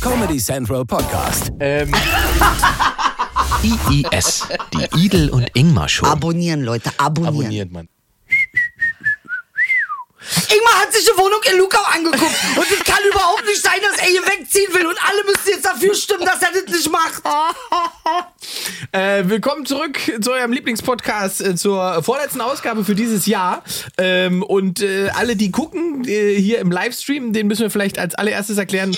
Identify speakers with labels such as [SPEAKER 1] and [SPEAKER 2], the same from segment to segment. [SPEAKER 1] Comedy Central Podcast.
[SPEAKER 2] Ähm,
[SPEAKER 3] IIS, die Idel und Ingmar Show.
[SPEAKER 4] Abonnieren, Leute, abonnieren.
[SPEAKER 2] abonniert man.
[SPEAKER 4] Ingmar hat sich eine Wohnung in Lukau angeguckt. Und es kann überhaupt nicht sein, dass er hier wegziehen will. Und alle müssen jetzt dafür stimmen, dass er das nicht macht.
[SPEAKER 2] Äh, willkommen zurück zu eurem Lieblingspodcast, äh, zur vorletzten Ausgabe für dieses Jahr. Ähm, und äh, alle, die gucken äh, hier im Livestream, den müssen wir vielleicht als allererstes erklären.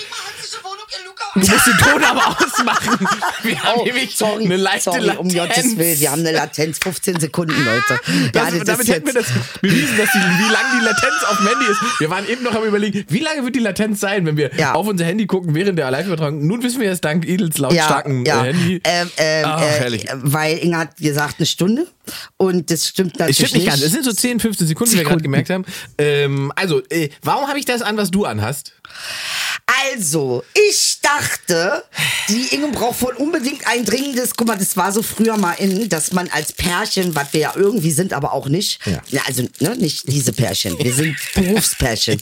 [SPEAKER 2] Du musst den Ton aber ausmachen. Wir haben nämlich eine leichte
[SPEAKER 4] Oh, sorry,
[SPEAKER 2] Latenz.
[SPEAKER 4] um Gottes Willen. Wir haben eine Latenz, 15 Sekunden, Leute. Ja,
[SPEAKER 2] Also,
[SPEAKER 4] das
[SPEAKER 2] damit
[SPEAKER 4] ist
[SPEAKER 2] hätten wir
[SPEAKER 4] jetzt...
[SPEAKER 2] das bewiesen, dass die, wie lang die Latenz auf dem Handy ist. Wir waren eben noch am überlegen, wie lange wird die Latenz sein, wenn wir
[SPEAKER 4] Ja.
[SPEAKER 2] auf unser Handy gucken während der Live-Übertragung. Nun wissen wir es dank Edels lautstarken
[SPEAKER 4] ja.
[SPEAKER 2] äh, Handy.
[SPEAKER 4] Ähm, ähm,
[SPEAKER 2] Ach,
[SPEAKER 4] äh,
[SPEAKER 2] herrlich.
[SPEAKER 4] Weil Inge hat gesagt, eine Stunde. Und das stimmt
[SPEAKER 2] Es
[SPEAKER 4] natürlich
[SPEAKER 2] stimmt nicht ganz. Es sind so 10, 15 Sekunden, wie wir gerade gemerkt haben. Ähm, also, äh, warum habe ich das an, was du anhast?
[SPEAKER 4] Also, ich dachte, die Inge braucht wohl unbedingt ein dringendes, guck mal, das war so früher mal in, dass man als Pärchen, was wir ja irgendwie sind, aber auch nicht,
[SPEAKER 2] Ja.
[SPEAKER 4] Na, also ne, nicht diese Pärchen, wir sind Berufspärchen.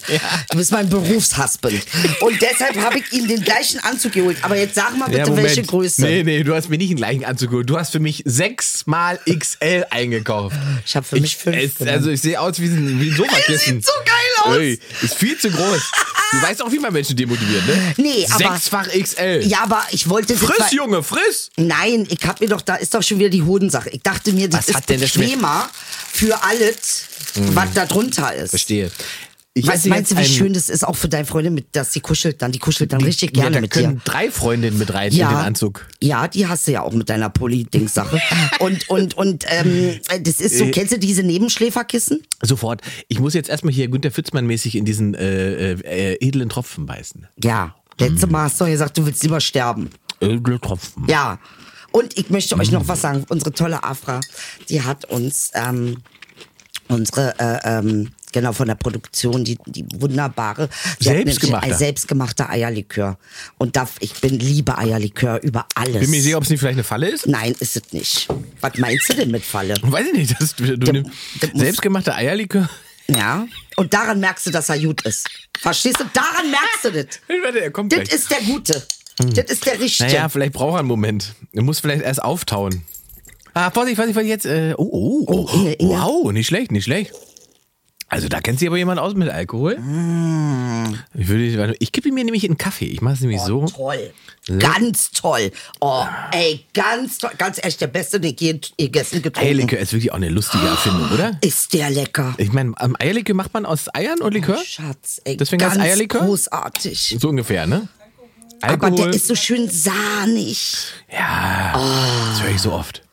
[SPEAKER 4] Du bist mein Berufshusband. Und deshalb habe ich ihm den gleichen Anzug geholt. Aber jetzt sag mal bitte, welche Größe.
[SPEAKER 2] Nee, nee, du hast mir nicht einen gleichen Anzug geholt. Du hast für mich 6 mal XL eingekauft.
[SPEAKER 4] Ich habe für mich fünf.
[SPEAKER 2] es,
[SPEAKER 4] genommen.
[SPEAKER 2] also ich sehe aus wie ein, wie ein Sofakissen.
[SPEAKER 4] Sieht so geil aus.
[SPEAKER 2] Ey, ist viel zu groß. Du weißt auch, wie man Menschen demotiviert, ne?
[SPEAKER 4] Nee, aber-
[SPEAKER 2] Sechsfach XL.
[SPEAKER 4] ja, aber ich wollte das
[SPEAKER 2] Friss,
[SPEAKER 4] mal-
[SPEAKER 2] Junge, friss!
[SPEAKER 4] Nein, ich hab mir doch, da ist doch schon wieder die Hodensache. Ich dachte mir, das
[SPEAKER 2] Was
[SPEAKER 4] ist
[SPEAKER 2] hat denn das mit- Hm.
[SPEAKER 4] bequemer für alles, was da drunter ist.
[SPEAKER 2] Verstehe. Ich
[SPEAKER 4] Was
[SPEAKER 2] hätte
[SPEAKER 4] meinst du,
[SPEAKER 2] jetzt
[SPEAKER 4] wie
[SPEAKER 2] einen-
[SPEAKER 4] schön das ist auch für deine Freundin, mit, dass sie kuschelt dann? Die kuschelt dann richtig
[SPEAKER 2] Ja,
[SPEAKER 4] gerne
[SPEAKER 2] da
[SPEAKER 4] mit
[SPEAKER 2] können
[SPEAKER 4] dir.
[SPEAKER 2] drei Freundinnen mit rein in den Anzug.
[SPEAKER 4] ja, die hast du ja auch mit deiner Poly-Dings-Sache. und, und, und, ähm, das ist so,
[SPEAKER 2] Äh.
[SPEAKER 4] kennst du diese Nebenschläferkissen?
[SPEAKER 2] Sofort. Ich muss jetzt erstmal hier Günther Fitzmann mäßig in diesen äh, äh, äh, edlen Tropfen beißen.
[SPEAKER 4] Ja. Letzte
[SPEAKER 2] Hm.
[SPEAKER 4] Mal hast du ja gesagt, du willst lieber sterben.
[SPEAKER 2] Edle Tropfen.
[SPEAKER 4] Ja. Und ich möchte euch
[SPEAKER 2] Hm.
[SPEAKER 4] noch was sagen. Unsere tolle Afra, die hat uns ähm, unsere, äh, ähm, genau von der Produktion, die, die wunderbare, die hat nämlich
[SPEAKER 2] Selbstgemachter.
[SPEAKER 4] ein selbstgemachter Eierlikör. Und da, ich bin liebe Eierlikör über alles.
[SPEAKER 2] Bin mir sicher, ob es nicht vielleicht eine Falle ist.
[SPEAKER 4] Nein, ist es nicht. Was meinst du denn mit Falle?
[SPEAKER 2] Weiß ich nicht. Das, du nimmst
[SPEAKER 4] der muss-
[SPEAKER 2] selbstgemachte Eierlikör.
[SPEAKER 4] Ja. Und daran merkst du, dass er gut ist. Verstehst du? Daran merkst du das.
[SPEAKER 2] Ich wette, er kommt
[SPEAKER 4] Das
[SPEAKER 2] gleich.
[SPEAKER 4] ist der Gute. Das ist der Richtige.
[SPEAKER 2] Hm. Naja, vielleicht braucht er einen Moment. Er muss vielleicht erst auftauen. Ah, Vorsicht, Vorsicht, Vorsicht, jetzt. Äh, oh, oh, oh.
[SPEAKER 4] Oh, Inge, Inge.
[SPEAKER 2] Wow, nicht schlecht, nicht schlecht. Also da kennt sich aber jemand aus mit Alkohol.
[SPEAKER 4] Mhm. Hm,
[SPEAKER 2] Ich, würde, ich gebe mir nämlich einen Kaffee. Ich mache es nämlich so.
[SPEAKER 4] Oh, Toll. Ganz toll. Oh, ey, ganz toll. Ganz echt der beste, den ich je gegessen getrunken
[SPEAKER 2] Eierlikör ist wirklich auch eine lustige Erfindung, oder?
[SPEAKER 4] Ist der lecker.
[SPEAKER 2] Ich meine, am Eierlikör macht man aus Eiern
[SPEAKER 4] Oh,
[SPEAKER 2] und Likör?
[SPEAKER 4] Schatz, ey,
[SPEAKER 2] Deswegen heißt
[SPEAKER 4] ganz
[SPEAKER 2] Eierlikör?
[SPEAKER 4] großartig.
[SPEAKER 2] So ungefähr, ne?
[SPEAKER 4] Aber
[SPEAKER 2] Alkohol.
[SPEAKER 4] der ist Ah. so schön sahnig.
[SPEAKER 2] ja, das höre ich so oft.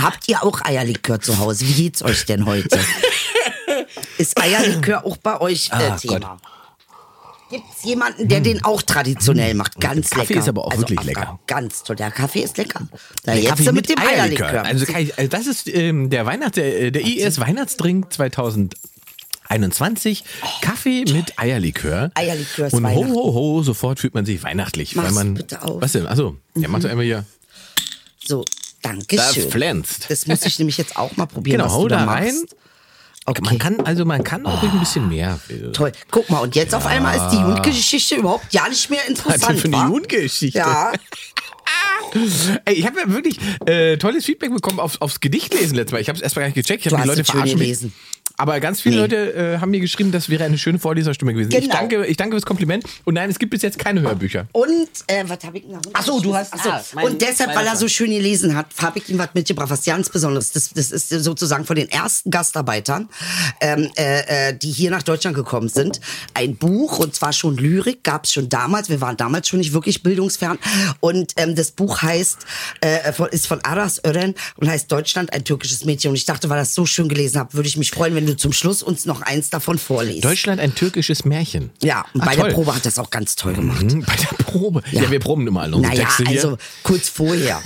[SPEAKER 4] Habt ihr auch Eierlikör zu Hause? Wie geht's euch denn heute? Ist Eierlikör auch bei euch äh,
[SPEAKER 2] Ah, Hm.
[SPEAKER 4] Thema? Gibt's jemanden, der den auch traditionell macht? Ganz
[SPEAKER 2] Kaffee
[SPEAKER 4] lecker.
[SPEAKER 2] ist aber auch wirklich
[SPEAKER 4] Afra,
[SPEAKER 2] lecker.
[SPEAKER 4] Ganz toll. Der Kaffee ist lecker. Na,
[SPEAKER 2] Der
[SPEAKER 4] Äh, jetzt
[SPEAKER 2] Kaffee
[SPEAKER 4] mit, mit dem Eierlikör.
[SPEAKER 2] Also, kann ich, also das ist ähm, der Weihnacht, der, äh, der IS Weihnachtsdrink 2021. Kaffee mit Eierlikör.
[SPEAKER 4] Eierlikör ist
[SPEAKER 2] Und ho,
[SPEAKER 4] Weihnachten.
[SPEAKER 2] ho, ho, sofort fühlt man sich weihnachtlich.
[SPEAKER 4] Mach's
[SPEAKER 2] weil man,
[SPEAKER 4] bitte auf. Mhm.
[SPEAKER 2] Was denn? Achso, ja, mach doch einmal hier.
[SPEAKER 4] So, danke
[SPEAKER 2] Da
[SPEAKER 4] schön.
[SPEAKER 2] pflänzt.
[SPEAKER 4] Das muss ich nämlich jetzt auch mal probieren.
[SPEAKER 2] Genau,
[SPEAKER 4] was
[SPEAKER 2] hau
[SPEAKER 4] du
[SPEAKER 2] da
[SPEAKER 4] machst.
[SPEAKER 2] rein.
[SPEAKER 4] Okay. Oh,
[SPEAKER 2] Man kann, also man kann auch ruhig ein bisschen mehr.
[SPEAKER 4] Toll. Guck mal, und jetzt auf einmal ist die Jugendgeschichte überhaupt ja nicht mehr interessant.
[SPEAKER 2] Also für eine
[SPEAKER 4] wa?
[SPEAKER 2] Jugendgeschichte.
[SPEAKER 4] Ja.
[SPEAKER 2] Ey, ich habe ja wirklich äh, tolles Feedback bekommen auf, aufs Gedichtlesen letztes Mal. Ich habe es erstmal gar nicht gecheckt. Ich
[SPEAKER 4] Du
[SPEAKER 2] habe die
[SPEAKER 4] hast
[SPEAKER 2] Leute
[SPEAKER 4] es schön
[SPEAKER 2] verarschen.
[SPEAKER 4] gelesen.
[SPEAKER 2] Aber ganz viele Leute äh, haben mir geschrieben, das wäre eine schöne Vorleserstimme gewesen. Ich,
[SPEAKER 4] Genau.
[SPEAKER 2] danke, ich danke fürs Kompliment. Und nein, es gibt bis jetzt keine Hörbücher.
[SPEAKER 4] Und, äh, was habe ich noch? Ach so, du hast. ah, Ach so. und deshalb, weil er so schön gelesen hat, habe ich ihm was mitgebracht, was ganz Besonderes. Das, das ist sozusagen von den ersten Gastarbeitern, ähm, äh, äh, die hier nach Deutschland gekommen sind. Ein Buch, und zwar schon Lyrik, gab es schon damals. Wir waren damals schon nicht wirklich bildungsfern. Und ähm, das Buch heißt, äh, von- ist von Aras Ören und heißt Deutschland ein türkisches Mädchen. Und ich dachte, weil das so schön gelesen habe, würde ich mich freuen, wenn du zum Schluss uns noch eins davon vorliest.
[SPEAKER 2] Deutschland ein türkisches Märchen.
[SPEAKER 4] ja, und
[SPEAKER 2] Ah,
[SPEAKER 4] bei
[SPEAKER 2] toll.
[SPEAKER 4] der Probe hat das auch ganz toll gemacht.
[SPEAKER 2] Hm, Bei der Probe. Ja, wir proben immer alle unsere
[SPEAKER 4] Naja,
[SPEAKER 2] Texte hier.
[SPEAKER 4] also kurz vorher.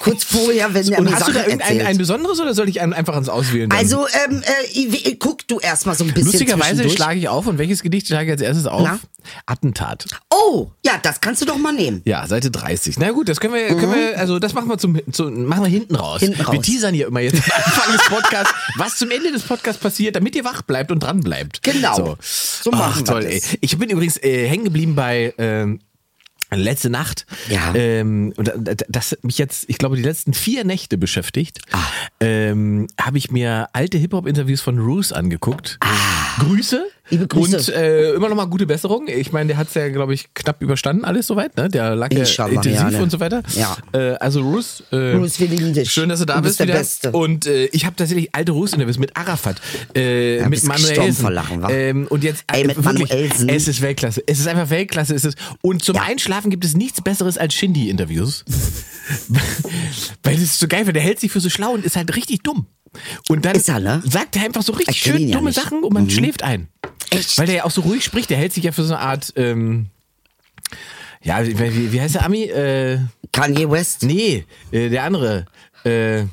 [SPEAKER 4] kurz vorher, wenn er
[SPEAKER 2] Und
[SPEAKER 4] mir
[SPEAKER 2] hast du da
[SPEAKER 4] Sachen
[SPEAKER 2] irgendein ein
[SPEAKER 4] erzählt.
[SPEAKER 2] besonderes oder soll ich einen einfach ins Auswählen? dann?
[SPEAKER 4] Also, ähm, äh, ich- ich- guck du erst mal so ein bisschen
[SPEAKER 2] Lustigerweise
[SPEAKER 4] zwischendurch.
[SPEAKER 2] schlage ich auf und welches Gedicht schlage ich als erstes auf?
[SPEAKER 4] Na?
[SPEAKER 2] Attentat.
[SPEAKER 4] Oh, ja, das kannst du doch mal nehmen.
[SPEAKER 2] Ja, Seite 30. Na gut, das können wir, können wir also das machen wir zum, zum machen wir hinten raus.
[SPEAKER 4] Mhm. Hinten
[SPEAKER 2] Wir
[SPEAKER 4] raus.
[SPEAKER 2] teasern hier immer jetzt am Anfang des Podcasts, was zum Ende des Podcasts passiert, damit ihr wach bleibt und dran bleibt.
[SPEAKER 4] Genau.
[SPEAKER 2] So,
[SPEAKER 4] So
[SPEAKER 2] Ach,
[SPEAKER 4] machen wir
[SPEAKER 2] toll,
[SPEAKER 4] das.
[SPEAKER 2] ey. Ich bin übrigens äh, hängen geblieben bei ähm, letzte Nacht.
[SPEAKER 4] Ja.
[SPEAKER 2] Ähm, und da- da- das hat mich jetzt, ich glaube, die letzten vier Nächte beschäftigt.
[SPEAKER 4] Ah.
[SPEAKER 2] Ähm, Habe ich mir alte Hip-Hop-Interviews von Roos angeguckt.
[SPEAKER 4] Ah.
[SPEAKER 2] Grüße.
[SPEAKER 4] Liebe Grüße.
[SPEAKER 2] Und äh, immer noch mal gute Besserung. Ich meine, der hat es ja, glaube ich, knapp überstanden, alles soweit. Ne? Der lag ja
[SPEAKER 4] Inshallah,
[SPEAKER 2] intensiv
[SPEAKER 4] ja, ne?
[SPEAKER 2] und so weiter.
[SPEAKER 4] Ja.
[SPEAKER 2] Äh, also Ruth, äh,
[SPEAKER 4] Ruth, wir lieben dich.
[SPEAKER 2] schön, dass du da
[SPEAKER 4] Du
[SPEAKER 2] bist.
[SPEAKER 4] bist der
[SPEAKER 2] wieder.
[SPEAKER 4] Beste.
[SPEAKER 2] Und äh, ich habe tatsächlich alte Ruth-Interviews mit Arafat, äh, mit
[SPEAKER 4] bist gestorben vor
[SPEAKER 2] Manuelsen.
[SPEAKER 4] Lachen, wa?
[SPEAKER 2] Ähm, und jetzt
[SPEAKER 4] Ey, mit
[SPEAKER 2] wirklich,
[SPEAKER 4] Manuelsen.
[SPEAKER 2] Es ist Weltklasse. Es ist einfach Weltklasse. Es ist, und zum
[SPEAKER 4] Ja.
[SPEAKER 2] Einschlafen gibt es nichts Besseres als Shindy-Interviews. Weil das ist so geil, weil der hält sich für so schlau und ist halt richtig dumm. Und dann
[SPEAKER 4] Ist er, ne?
[SPEAKER 2] sagt er einfach so richtig
[SPEAKER 4] Ich kenn
[SPEAKER 2] schön
[SPEAKER 4] ihn ja
[SPEAKER 2] dumme
[SPEAKER 4] nicht. Mhm.
[SPEAKER 2] Sachen und man schläft ein.
[SPEAKER 4] Echt?
[SPEAKER 2] Weil der ja auch so ruhig spricht, der hält sich ja für so eine Art, ähm, ja, wie- wie, wie heißt der Ami? Äh,
[SPEAKER 4] Kanye West.
[SPEAKER 2] nee, äh, der andere. Äh,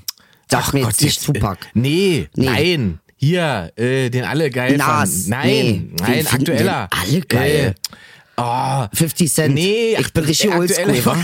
[SPEAKER 4] Sag mir jetzt nicht
[SPEAKER 2] äh,
[SPEAKER 4] Tupac.
[SPEAKER 2] Nee,
[SPEAKER 4] Nee.
[SPEAKER 2] nein. Hier, äh, den alle geil
[SPEAKER 4] Nas,
[SPEAKER 2] fanden. Nein,
[SPEAKER 4] nee.
[SPEAKER 2] nein,
[SPEAKER 4] Den finden
[SPEAKER 2] aktueller.
[SPEAKER 4] den alle geil.
[SPEAKER 2] Äh, oh,
[SPEAKER 4] 50 Cent.
[SPEAKER 2] Nee,
[SPEAKER 4] ich bin richtig oldschool. wa?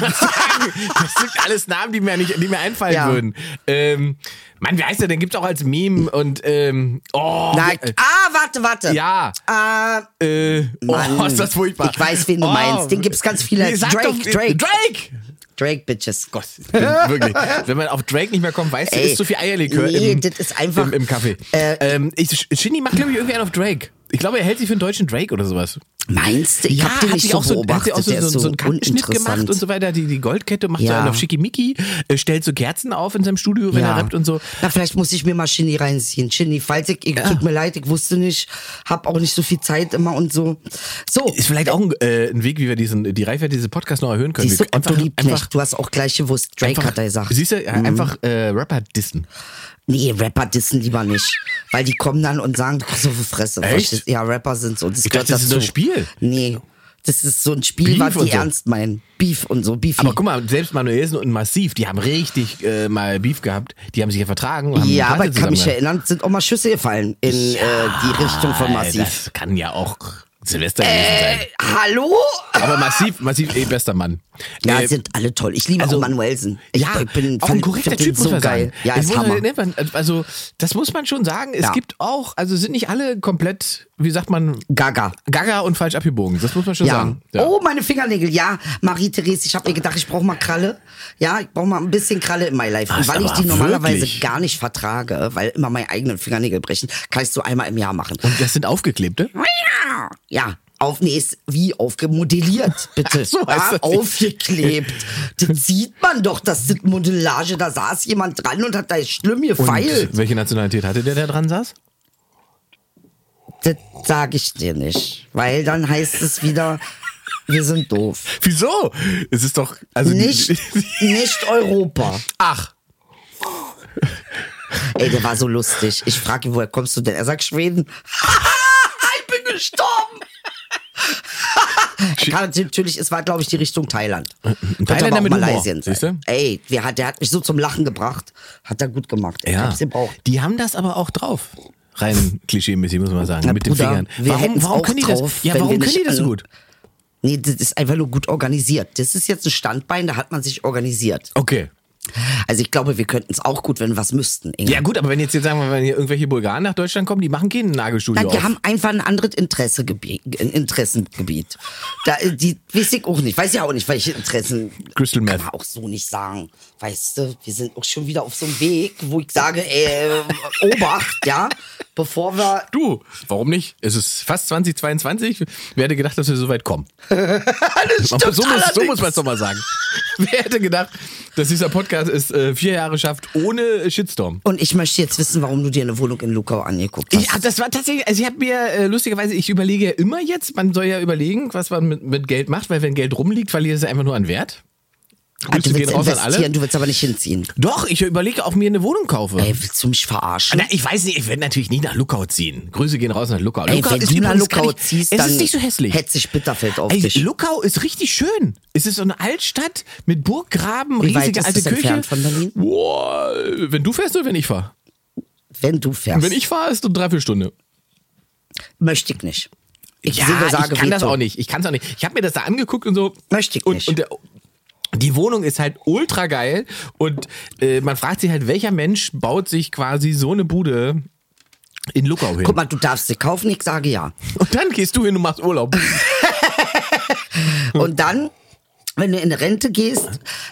[SPEAKER 2] Das sind alles Namen, die mir nicht, die mir einfallen
[SPEAKER 4] Ja.
[SPEAKER 2] würden. Ähm, Mann, wie heißt der? Den gibt's auch als Meme und ähm, oh,
[SPEAKER 4] Na,
[SPEAKER 2] äh,
[SPEAKER 4] ah, warte, warte.
[SPEAKER 2] ja.
[SPEAKER 4] Ah,
[SPEAKER 2] Äh, oh,
[SPEAKER 4] Mann.
[SPEAKER 2] ist das furchtbar. Oh.
[SPEAKER 4] Ich weiß, wen du meinst. Den gibt's ganz viele.
[SPEAKER 2] Nee, sag
[SPEAKER 4] Drake,
[SPEAKER 2] doch, äh,
[SPEAKER 4] Drake.
[SPEAKER 2] Drake!
[SPEAKER 4] Drake Bitches.
[SPEAKER 2] Gott, ich bin wirklich. Wenn man auf Drake nicht mehr kommt, weißt du,
[SPEAKER 4] Ey,
[SPEAKER 2] ist zu viel Eierlikör
[SPEAKER 4] nee,
[SPEAKER 2] im,
[SPEAKER 4] das ist einfach-
[SPEAKER 2] im, im Kaffee.
[SPEAKER 4] Äh,
[SPEAKER 2] ähm, ich, Shinny macht, glaube ich, irgendwie einen auf Drake. Ich glaube, er hält sich für einen deutschen Drake oder sowas.
[SPEAKER 4] Meinst du? Ich hab den
[SPEAKER 2] hat
[SPEAKER 4] nicht
[SPEAKER 2] sie
[SPEAKER 4] so
[SPEAKER 2] auch so, hat sie
[SPEAKER 4] beobachtet.
[SPEAKER 2] auch so,
[SPEAKER 4] der ist
[SPEAKER 2] so, so einen Kantenschnitt
[SPEAKER 4] uninteressant.
[SPEAKER 2] gemacht und so weiter. Die, die Goldkette macht so
[SPEAKER 4] Ja.
[SPEAKER 2] einen auf Schickimicki, äh, stellt so Kerzen auf in seinem Studio, wenn er rappt und so.
[SPEAKER 4] Na, vielleicht muss ich mir mal Shinny reinziehen. Shinny, falls ich, ich tut mir leid, ich wusste nicht, hab auch nicht so viel Zeit immer und so. So.
[SPEAKER 2] Ist vielleicht auch ein, äh, ein Weg, wie wir diesen, die Reichweite dieses Podcasts noch erhöhen können.
[SPEAKER 4] Siehst du,
[SPEAKER 2] Wir-
[SPEAKER 4] Otto Liebknecht, du hast auch gleich gewusst, Drake
[SPEAKER 2] einfach,
[SPEAKER 4] hat er gesagt. Mhm.
[SPEAKER 2] Siehst du, ja, einfach äh, Rapper dissen.
[SPEAKER 4] Nee, Rapper dissen lieber nicht. Weil die kommen dann und sagen, du hast so viel Fresse.
[SPEAKER 2] Echt?
[SPEAKER 4] verstehst du? Ja, Rapper sind so. Das
[SPEAKER 2] Ich
[SPEAKER 4] gehört
[SPEAKER 2] dachte, das ist
[SPEAKER 4] dazu.
[SPEAKER 2] ein Spiel.
[SPEAKER 4] Nee. Das ist so ein Spiel,
[SPEAKER 2] Beef
[SPEAKER 4] was die
[SPEAKER 2] und so.
[SPEAKER 4] ernst meinen. Beef und so, Beefy.
[SPEAKER 2] Aber guck mal, selbst Manuelsen und Massiv, die haben richtig äh, mal Beef gehabt. Die haben sich ja vertragen. Und haben
[SPEAKER 4] ja,
[SPEAKER 2] eine
[SPEAKER 4] aber
[SPEAKER 2] Platte
[SPEAKER 4] ich kann mich
[SPEAKER 2] zusammen-
[SPEAKER 4] erinnern, sind auch mal Schüsse gefallen in äh, die Richtung von
[SPEAKER 2] Äh,
[SPEAKER 4] Massiv. Äh.
[SPEAKER 2] Das kann ja auch Silvester gewesen sein.
[SPEAKER 4] Hallo?
[SPEAKER 2] Aber Massiv, Massiv eh bester Mann.
[SPEAKER 4] Ja,
[SPEAKER 2] Äh,
[SPEAKER 4] sind alle toll. Ich liebe
[SPEAKER 2] also-
[SPEAKER 4] auch Manuelsen. Ich,
[SPEAKER 2] ja,
[SPEAKER 4] ich bin
[SPEAKER 2] auch ein
[SPEAKER 4] find-
[SPEAKER 2] korrekter
[SPEAKER 4] find den
[SPEAKER 2] Typ, muss
[SPEAKER 4] so
[SPEAKER 2] man
[SPEAKER 4] geil.
[SPEAKER 2] sagen.
[SPEAKER 4] Ja,
[SPEAKER 2] Es
[SPEAKER 4] ist
[SPEAKER 2] muss
[SPEAKER 4] Hammer.
[SPEAKER 2] man- nennt man- also, das muss man schon sagen. Es
[SPEAKER 4] Ja.
[SPEAKER 2] gibt auch, also sind nicht alle komplett, wie sagt man,
[SPEAKER 4] Gaga.
[SPEAKER 2] gaga und falsch abgebogen. Das muss man schon
[SPEAKER 4] Ja.
[SPEAKER 2] sagen. Ja.
[SPEAKER 4] Oh, meine Fingernägel. Ja, Marie-Therese, ich habe mir gedacht, ich brauche mal Kralle. Ja, ich brauche mal ein bisschen Kralle in my life. Und
[SPEAKER 2] Was,
[SPEAKER 4] weil ich
[SPEAKER 2] Ah, aber
[SPEAKER 4] die normalerweise
[SPEAKER 2] wirklich?
[SPEAKER 4] gar nicht vertrage, weil immer meine eigenen Fingernägel brechen, kann ich so einmal im Jahr machen.
[SPEAKER 2] Und das sind aufgeklebte?
[SPEAKER 4] Ja. Auf, nee, ist wie aufgemodelliert, bitte.
[SPEAKER 2] Ach so, heißt
[SPEAKER 4] ja,
[SPEAKER 2] das nicht.
[SPEAKER 4] aufgeklebt. das sieht man doch, das sind Modellage. Da saß jemand dran und hat da schlimm gefeilt.
[SPEAKER 2] Und welche Nationalität hatte der, der dran saß?
[SPEAKER 4] Das sage ich dir nicht, weil dann heißt es wieder, wir sind doof.
[SPEAKER 2] Wieso? Es ist doch, also.
[SPEAKER 4] Nicht, nicht Europa.
[SPEAKER 2] Ach.
[SPEAKER 4] Ey, der war so lustig. Ich frage ihn, woher kommst du denn? Er sagt Schweden. ich bin gestorben. Er Kann, natürlich, es war, glaube ich, die Richtung Thailand.
[SPEAKER 2] Äh,
[SPEAKER 4] Könnte
[SPEAKER 2] Thailänder
[SPEAKER 4] aber auch
[SPEAKER 2] mit Humor,
[SPEAKER 4] Malaysien
[SPEAKER 2] siehst du?
[SPEAKER 4] sein. Ey, wer hat, der hat mich so zum Lachen gebracht. Hat er gut gemacht. Ich
[SPEAKER 2] Ja.
[SPEAKER 4] hab's gebraucht.
[SPEAKER 2] Die haben das aber auch drauf. Rein klischeemäßig, muss man sagen,
[SPEAKER 4] Na,
[SPEAKER 2] mit
[SPEAKER 4] Bruder,
[SPEAKER 2] den Fingern.
[SPEAKER 4] wir hätten's auch
[SPEAKER 2] können die das?
[SPEAKER 4] drauf,
[SPEAKER 2] Ja,
[SPEAKER 4] wenn
[SPEAKER 2] warum
[SPEAKER 4] wir
[SPEAKER 2] können die
[SPEAKER 4] nicht
[SPEAKER 2] das so
[SPEAKER 4] alle-
[SPEAKER 2] gut?
[SPEAKER 4] Nee, das ist einfach nur gut organisiert. Das ist jetzt ein Standbein, da hat man sich organisiert.
[SPEAKER 2] Okay.
[SPEAKER 4] Also ich glaube, wir könnten es auch gut, wenn wir was müssten. Inge.
[SPEAKER 2] Ja, gut, aber wenn jetzt, jetzt sagen wir, wenn hier irgendwelche Bulgaren nach Deutschland kommen, die machen keinen Nagelstudio.
[SPEAKER 4] Na, die
[SPEAKER 2] auf.
[SPEAKER 4] haben einfach ein anderes Interessegebiet, ein Interessengebiet. Da, äh, die weiß ich auch nicht. Weiß ja auch nicht, welche Interessen.
[SPEAKER 2] Crystal Meth.
[SPEAKER 4] Kann man auch so nicht sagen. Weißt du, wir sind auch schon wieder auf so einem Weg, wo ich sage, äh, Obacht, ja, bevor wir.
[SPEAKER 2] Du, warum nicht? Es ist fast 2022. Wer hätte gedacht, dass wir so weit kommen? Man- so, muss, so muss man es doch mal sagen. Wer hätte gedacht, dass dieser Podcast es äh, vier Jahre schafft ohne Shitstorm?
[SPEAKER 4] Und ich möchte jetzt wissen, warum du dir eine Wohnung in Lukau angeguckt hast.
[SPEAKER 2] Ich, ah, das war tatsächlich, also ich habe mir äh, lustigerweise, ich überlege ja immer jetzt, man soll ja überlegen, was man mit, mit Geld macht, weil wenn Geld rumliegt, verliert es ja einfach nur an Wert.
[SPEAKER 4] Ah,
[SPEAKER 2] Grüße
[SPEAKER 4] du willst
[SPEAKER 2] gehen raus an alle.
[SPEAKER 4] investieren, du willst aber nicht hinziehen.
[SPEAKER 2] Doch, ich überlege, ob mir eine Wohnung kaufe. Ah,
[SPEAKER 4] Ey, willst du mich verarschen?
[SPEAKER 2] Na, ich weiß nicht, ich werde natürlich nicht nach Luckau ziehen. Grüße gehen raus nach Luckau.
[SPEAKER 4] Ey,
[SPEAKER 2] Luckau
[SPEAKER 4] wenn du nach
[SPEAKER 2] übrigens
[SPEAKER 4] Luckau
[SPEAKER 2] gar nicht-
[SPEAKER 4] ziehst,
[SPEAKER 2] es
[SPEAKER 4] dann
[SPEAKER 2] ist nicht so hässlich.
[SPEAKER 4] hetzt sich Bitterfeld auf
[SPEAKER 2] Ey,
[SPEAKER 4] dich.
[SPEAKER 2] Luckau ist richtig schön. Es ist so eine Altstadt mit Burggraben,
[SPEAKER 4] Wie weit
[SPEAKER 2] riesige
[SPEAKER 4] ist
[SPEAKER 2] alte
[SPEAKER 4] das
[SPEAKER 2] Kirche.
[SPEAKER 4] entfernt von Berlin?
[SPEAKER 2] Boah, wenn du fährst oder wenn ich fahre?
[SPEAKER 4] Wenn du fährst.
[SPEAKER 2] Wenn ich fahre, ist um eine Dreiviertelstunde.
[SPEAKER 4] Möchte ich nicht. Ich
[SPEAKER 2] ja,
[SPEAKER 4] sage,
[SPEAKER 2] ich
[SPEAKER 4] sage
[SPEAKER 2] kann das
[SPEAKER 4] Veto.
[SPEAKER 2] auch nicht. Ich kann es auch nicht. Ich habe mir das da angeguckt und so.
[SPEAKER 4] Möchte ich
[SPEAKER 2] und,
[SPEAKER 4] nicht.
[SPEAKER 2] Und der, die Wohnung ist halt ultra geil und äh, man fragt sich halt, welcher Mensch baut sich quasi so eine Bude in Luckau hin?
[SPEAKER 4] Guck mal, du darfst sie kaufen, ich sage ja.
[SPEAKER 2] Und dann gehst du hin und machst Urlaub.
[SPEAKER 4] Und dann, wenn du in die Rente gehst,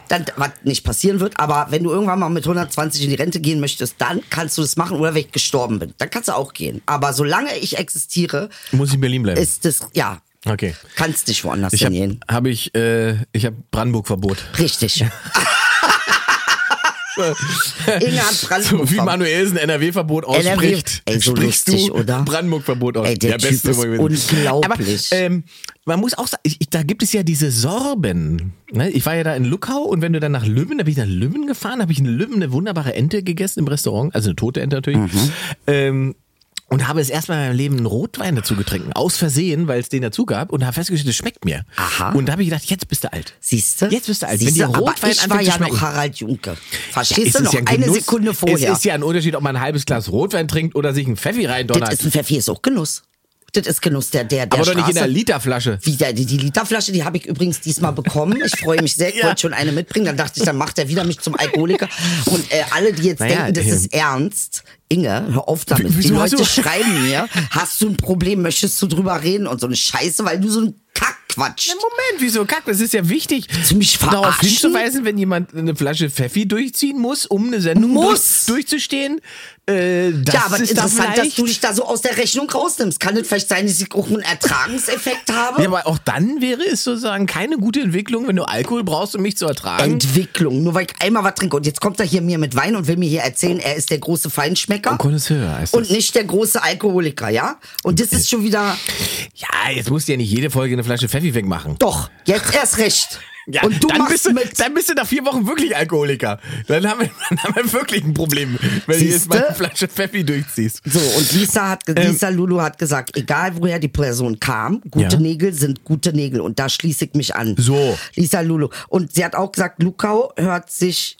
[SPEAKER 4] dann, was nicht passieren wird, aber wenn du irgendwann mal mit 120 in die Rente gehen möchtest, dann kannst du das machen oder wenn ich gestorben bin. Dann kannst du auch gehen. Aber solange ich existiere,
[SPEAKER 2] Muss ich in Berlin bleiben.
[SPEAKER 4] ist das, ja,
[SPEAKER 2] okay.
[SPEAKER 4] kannst nicht woanders
[SPEAKER 2] Ich habe
[SPEAKER 4] hingehen.
[SPEAKER 2] hab ich, äh, ich hab Brandenburg-Verbot.
[SPEAKER 4] Richtig. Inge hat Brandenburg
[SPEAKER 2] So wie
[SPEAKER 4] verm-
[SPEAKER 2] Manuel es ein NRW-Verbot
[SPEAKER 4] NRW
[SPEAKER 2] ausspricht,
[SPEAKER 4] Ey, so
[SPEAKER 2] sprichst
[SPEAKER 4] lustig,
[SPEAKER 2] du
[SPEAKER 4] oder?
[SPEAKER 2] Brandenburg-Verbot aus.
[SPEAKER 4] Ey, der Typ ist
[SPEAKER 2] Humor gewesen.
[SPEAKER 4] unglaublich.
[SPEAKER 2] Aber, ähm, man muss auch sagen, ich, ich, da gibt es ja diese Sorben. Ne? Ich war ja da in Luckau und wenn du dann nach Lübben, da bin ich nach Lübben gefahren, habe ich in Lübben eine wunderbare Ente gegessen im Restaurant, also eine tote Ente natürlich.
[SPEAKER 4] Mhm.
[SPEAKER 2] Ähm, und habe es erstmal in meinem Leben einen Rotwein dazu getrunken, aus Versehen, weil es den dazu gab und habe festgestellt, das schmeckt mir.
[SPEAKER 4] Aha.
[SPEAKER 2] Und da habe ich gedacht, jetzt bist du alt.
[SPEAKER 4] Siehst du?
[SPEAKER 2] Jetzt bist du alt.
[SPEAKER 4] Siehst
[SPEAKER 2] Wenn
[SPEAKER 4] du,
[SPEAKER 2] dir
[SPEAKER 4] aber
[SPEAKER 2] Rotwein
[SPEAKER 4] ich
[SPEAKER 2] anfängt
[SPEAKER 4] war
[SPEAKER 2] zu
[SPEAKER 4] ja noch
[SPEAKER 2] schmecken.
[SPEAKER 4] Harald Junke.
[SPEAKER 2] Ja,
[SPEAKER 4] Verstehst
[SPEAKER 2] es
[SPEAKER 4] du
[SPEAKER 2] ist
[SPEAKER 4] noch?
[SPEAKER 2] ja ein
[SPEAKER 4] Eine
[SPEAKER 2] Genuss.
[SPEAKER 4] Sekunde vorher.
[SPEAKER 2] Es ist ja ein Unterschied, ob man ein halbes Glas Rotwein trinkt oder sich ein Pfeffi
[SPEAKER 4] das
[SPEAKER 2] reindonnert.
[SPEAKER 4] ist ein Pfeffi, ist auch Genuss. Das ist Genuss der, der, der
[SPEAKER 2] aber doch nicht in
[SPEAKER 4] Straße.
[SPEAKER 2] der Literflasche.
[SPEAKER 4] Wie der, die, die Literflasche, die habe ich übrigens diesmal bekommen. Ich freue mich sehr, ich wollte schon eine mitbringen. Dann dachte ich, dann macht er wieder mich zum Alkoholiker. Und äh, alle, die jetzt
[SPEAKER 2] Naja,
[SPEAKER 4] denken, das
[SPEAKER 2] äh,
[SPEAKER 4] ist ernst, Inge, hör auf damit.
[SPEAKER 2] W-
[SPEAKER 4] Die
[SPEAKER 2] wieso hast
[SPEAKER 4] Leute
[SPEAKER 2] du-
[SPEAKER 4] schreiben mir, hast du ein Problem, möchtest du drüber reden und so eine Scheiße, weil du so einen Kack quatscht.
[SPEAKER 2] Moment, wieso kack? Das ist ja wichtig,
[SPEAKER 4] du mich
[SPEAKER 2] darauf
[SPEAKER 4] verarschen?
[SPEAKER 2] hinzuweisen, wenn jemand eine Flasche Pfeffi durchziehen muss, um eine Sendung
[SPEAKER 4] Muss!
[SPEAKER 2] Durch, durchzustehen. Äh, das
[SPEAKER 4] Ja, aber
[SPEAKER 2] ist da
[SPEAKER 4] interessant, dass
[SPEAKER 2] vielleicht,
[SPEAKER 4] du dich da so aus der Rechnung rausnimmst. Kann es vielleicht sein, dass ich auch einen Ertragenseffekt habe?
[SPEAKER 2] ja, aber auch dann wäre es sozusagen keine gute Entwicklung, wenn du Alkohol brauchst, um mich zu ertragen.
[SPEAKER 4] Entwicklung, nur weil ich einmal was trinke. Und jetzt kommt er hier mir mit Wein und will mir hier erzählen, er ist der große Feinschmecker.
[SPEAKER 2] Und Connoisseur heißt
[SPEAKER 4] Und
[SPEAKER 2] das.
[SPEAKER 4] nicht der große Alkoholiker, ja? Und das ist schon wieder,
[SPEAKER 2] ja, jetzt musst du ja nicht jede Folge eine Flasche Pfeffi wegmachen.
[SPEAKER 4] doch, jetzt erst recht.
[SPEAKER 2] Ja,
[SPEAKER 4] und du
[SPEAKER 2] dann
[SPEAKER 4] machst
[SPEAKER 2] bist du,
[SPEAKER 4] mit.
[SPEAKER 2] Dann bist du nach vier Wochen wirklich Alkoholiker. Dann haben wir, dann haben wir wirklich ein Problem, wenn du jetzt mal eine
[SPEAKER 4] Siehste?
[SPEAKER 2] Flasche Pfeffi durchziehst.
[SPEAKER 4] So, und Lisa hat, ge-
[SPEAKER 2] Ähm.
[SPEAKER 4] Lisa Lulu hat gesagt, egal woher die Person kam, gute
[SPEAKER 2] Ja.
[SPEAKER 4] Nägel sind gute Nägel. Und da schließe ich mich an.
[SPEAKER 2] So.
[SPEAKER 4] Lisa Lulu. Und sie hat auch gesagt, Lukau hört sich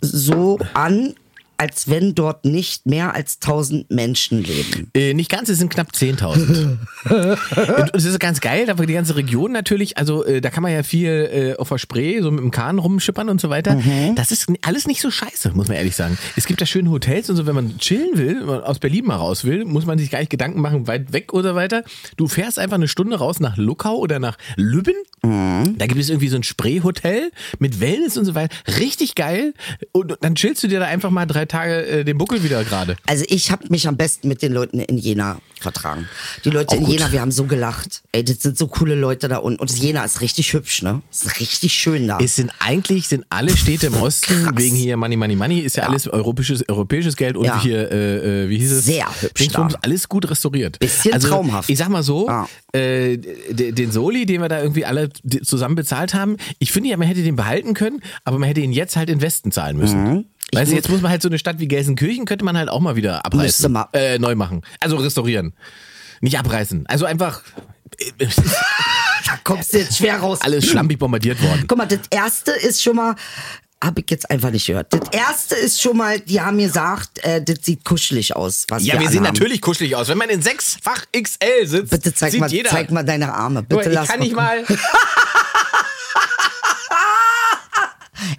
[SPEAKER 4] so an, als wenn dort nicht mehr als 1000 Menschen leben.
[SPEAKER 2] Äh, nicht ganz, es sind knapp 10.000. Und es ist ganz geil, aber die ganze Region natürlich, also äh, da kann man ja viel äh, auf der Spree so mit dem Kahn rumschippern und so weiter. Das ist n- alles nicht so scheiße, muss man ehrlich sagen. Es gibt da schöne Hotels und so, wenn man chillen will, wenn man aus Berlin mal raus will, muss man sich gar nicht Gedanken machen, weit weg oder weiter. Du fährst einfach eine Stunde raus nach Luckau oder nach Lübben. Da gibt es irgendwie so ein Spreehotel mit Wellness und so weiter. Richtig geil. Und dann chillst du dir da einfach mal drei Tage äh, den Buckel wieder gerade.
[SPEAKER 4] Also ich habe mich am besten mit den Leuten in Jena vertragen. Die Leute
[SPEAKER 2] Auch
[SPEAKER 4] in
[SPEAKER 2] gut.
[SPEAKER 4] Jena, wir haben so gelacht. Ey, das sind so coole Leute da unten. Und Jena ist richtig hübsch, ne? Ist richtig schön da.
[SPEAKER 2] Es sind eigentlich sind alle Städte im Osten
[SPEAKER 4] Krass.
[SPEAKER 2] wegen hier Money Money Money ist ja, alles europäisches europäisches Geld und
[SPEAKER 4] Ja.
[SPEAKER 2] hier äh, äh, wie hieß es
[SPEAKER 4] Sehr hübsch
[SPEAKER 2] Dingsbums,
[SPEAKER 4] da.
[SPEAKER 2] alles gut restauriert.
[SPEAKER 4] Bisschen
[SPEAKER 2] also,
[SPEAKER 4] traumhaft.
[SPEAKER 2] Ich sag mal so,
[SPEAKER 4] Ja.
[SPEAKER 2] äh, d- den Soli, den wir da irgendwie alle d- zusammen bezahlt haben, ich finde ja man hätte den behalten können, aber man hätte ihn jetzt halt in Westen zahlen müssen.
[SPEAKER 4] Mhm.
[SPEAKER 2] Weißt du, jetzt muss man halt so eine Stadt wie Gelsenkirchen könnte man halt auch mal wieder
[SPEAKER 4] Müsste
[SPEAKER 2] abreißen,
[SPEAKER 4] mal.
[SPEAKER 2] äh, neu machen, also restaurieren, nicht abreißen, also einfach äh,
[SPEAKER 4] da kommst du jetzt schwer raus.
[SPEAKER 2] alles schlampig bombardiert worden.
[SPEAKER 4] Guck mal, das erste ist schon mal, habe ich jetzt einfach nicht gehört. Das erste ist schon mal, die haben mir gesagt, äh, das sieht kuschelig aus. Was
[SPEAKER 2] Ja,
[SPEAKER 4] wir
[SPEAKER 2] wir sehen
[SPEAKER 4] anhaben.
[SPEAKER 2] natürlich kuschelig aus. Wenn man in sechsfach XL sitzt,
[SPEAKER 4] Bitte zeig
[SPEAKER 2] sieht
[SPEAKER 4] mal,
[SPEAKER 2] jeder.
[SPEAKER 4] zeig mal deine Arme.
[SPEAKER 2] Guck
[SPEAKER 4] Bitte
[SPEAKER 2] mal,
[SPEAKER 4] lass
[SPEAKER 2] ich kann nicht mal.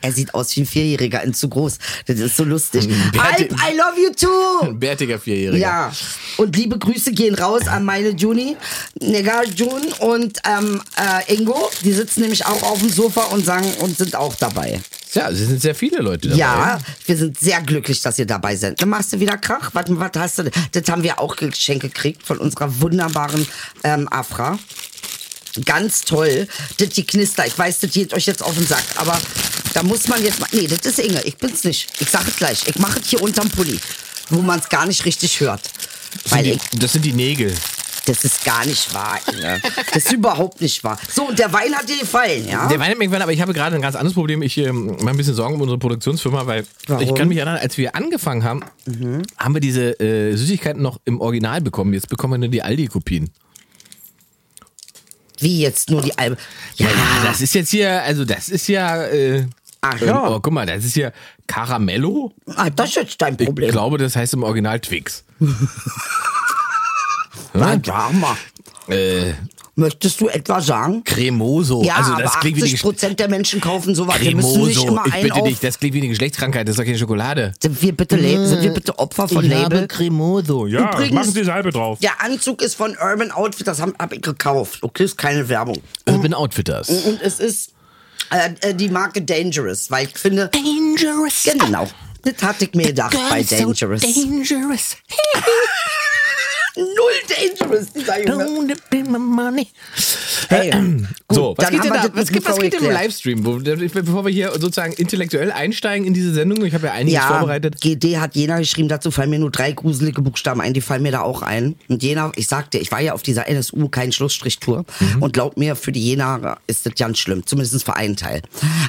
[SPEAKER 4] Er sieht aus wie ein Vierjähriger in zu groß. Das ist so lustig.
[SPEAKER 2] Wer hat
[SPEAKER 4] Alp,
[SPEAKER 2] den-
[SPEAKER 4] I love you too.
[SPEAKER 2] Ein bärtiger Vierjähriger.
[SPEAKER 4] Ja. Und liebe Grüße gehen raus an meine Juni, Nega June und ähm, äh, Ingo. Die sitzen nämlich auch auf dem Sofa und sagen und sind auch dabei.
[SPEAKER 2] Ja, es also sind sehr viele Leute dabei.
[SPEAKER 4] Ja, wir sind sehr glücklich, dass ihr dabei seid. Dann machst du wieder Krach. Was, was hast du denn? Das haben wir auch geschenkt gekriegt von unserer wunderbaren ähm, Afra. Ganz toll. Das die Knister. Ich weiß, das geht euch jetzt auf den Sack. Aber da muss man jetzt mal. Nee, das ist Inge. Ich bin's nicht. Ich sag es gleich. Ich mache es hier unterm Pulli, wo man es gar nicht richtig hört.
[SPEAKER 2] Das
[SPEAKER 4] Weil
[SPEAKER 2] sind,
[SPEAKER 4] ich,
[SPEAKER 2] die, das sind die Nägel.
[SPEAKER 4] Das ist gar nicht wahr, Inge. Das ist überhaupt nicht wahr. So, und der Wein hat dir gefallen, ja?
[SPEAKER 2] Der Wein hat mir gefallen, aber ich habe gerade ein ganz anderes Problem. Ich ähm, mache ein bisschen Sorgen um unsere Produktionsfirma, weil
[SPEAKER 4] Warum? Mhm.
[SPEAKER 2] ich kann mich erinnern, als wir angefangen haben, haben wir diese äh, Süßigkeiten noch im Original bekommen. Jetzt bekommen wir nur die Aldi-Kopien.
[SPEAKER 4] Wie jetzt nur die Albe. Ja,
[SPEAKER 2] Das ist jetzt hier, also das ist ja. Äh,
[SPEAKER 4] Ach
[SPEAKER 2] ähm,
[SPEAKER 4] ja.
[SPEAKER 2] Oh, guck mal, das ist hier Caramello.
[SPEAKER 4] Ah, das ist jetzt dein
[SPEAKER 2] Ich
[SPEAKER 4] Problem.
[SPEAKER 2] glaube, das heißt im Original Twix.
[SPEAKER 4] Na, sag mal,
[SPEAKER 2] Äh,
[SPEAKER 4] möchtest du etwa sagen?
[SPEAKER 2] Cremoso.
[SPEAKER 4] Ja,
[SPEAKER 2] also
[SPEAKER 4] aber
[SPEAKER 2] das klingt wie eine
[SPEAKER 4] 80
[SPEAKER 2] Gesch-
[SPEAKER 4] Prozent der Menschen kaufen sowas. Wir müssen nicht
[SPEAKER 2] Cremoso.
[SPEAKER 4] immer
[SPEAKER 2] Ich
[SPEAKER 4] ein
[SPEAKER 2] bitte
[SPEAKER 4] auf...
[SPEAKER 2] dich, das klingt wie eine Geschlechtskrankheit, das ist doch keine Schokolade.
[SPEAKER 4] Sind wir bitte, Le- sind wir bitte Opfer von Label?
[SPEAKER 2] Cremoso. Ja,
[SPEAKER 4] Übrigens- machen Sie
[SPEAKER 2] Salbe drauf.
[SPEAKER 4] Der Anzug ist von Urban Outfit, das habe hab ich gekauft. Okay, ist keine Werbung.
[SPEAKER 2] Urban Outfitters.
[SPEAKER 4] Und es ist äh, äh, die Marke Dangerous, weil ich finde,
[SPEAKER 2] Dangerous.
[SPEAKER 4] genau, das hatte ich mir gedacht bei Dangerous.
[SPEAKER 2] dangerous.
[SPEAKER 4] Null Dangerous, dieser Junge. Hey.
[SPEAKER 2] Äh, So,
[SPEAKER 4] Gut,
[SPEAKER 2] was
[SPEAKER 4] dann
[SPEAKER 2] geht denn
[SPEAKER 4] haben wir
[SPEAKER 2] da?
[SPEAKER 4] das
[SPEAKER 2] Was
[SPEAKER 4] mit
[SPEAKER 2] gibt, was
[SPEAKER 4] Frau
[SPEAKER 2] geht denn um im
[SPEAKER 4] geklärt.
[SPEAKER 2] Livestream? Wo, bevor wir hier sozusagen intellektuell einsteigen in diese Sendung, ich habe ja einiges
[SPEAKER 4] Ja,
[SPEAKER 2] vorbereitet.
[SPEAKER 4] GD hat Jena geschrieben, dazu fallen mir nur drei gruselige Buchstaben ein, die fallen mir da auch ein. Und Jena, ich sagte, ich war ja auf dieser NSU kein Schlussstrich-Tour.
[SPEAKER 2] Mhm.
[SPEAKER 4] Und glaub mir, für die Jenaer ist das ganz schlimm, zumindest für einen Teil.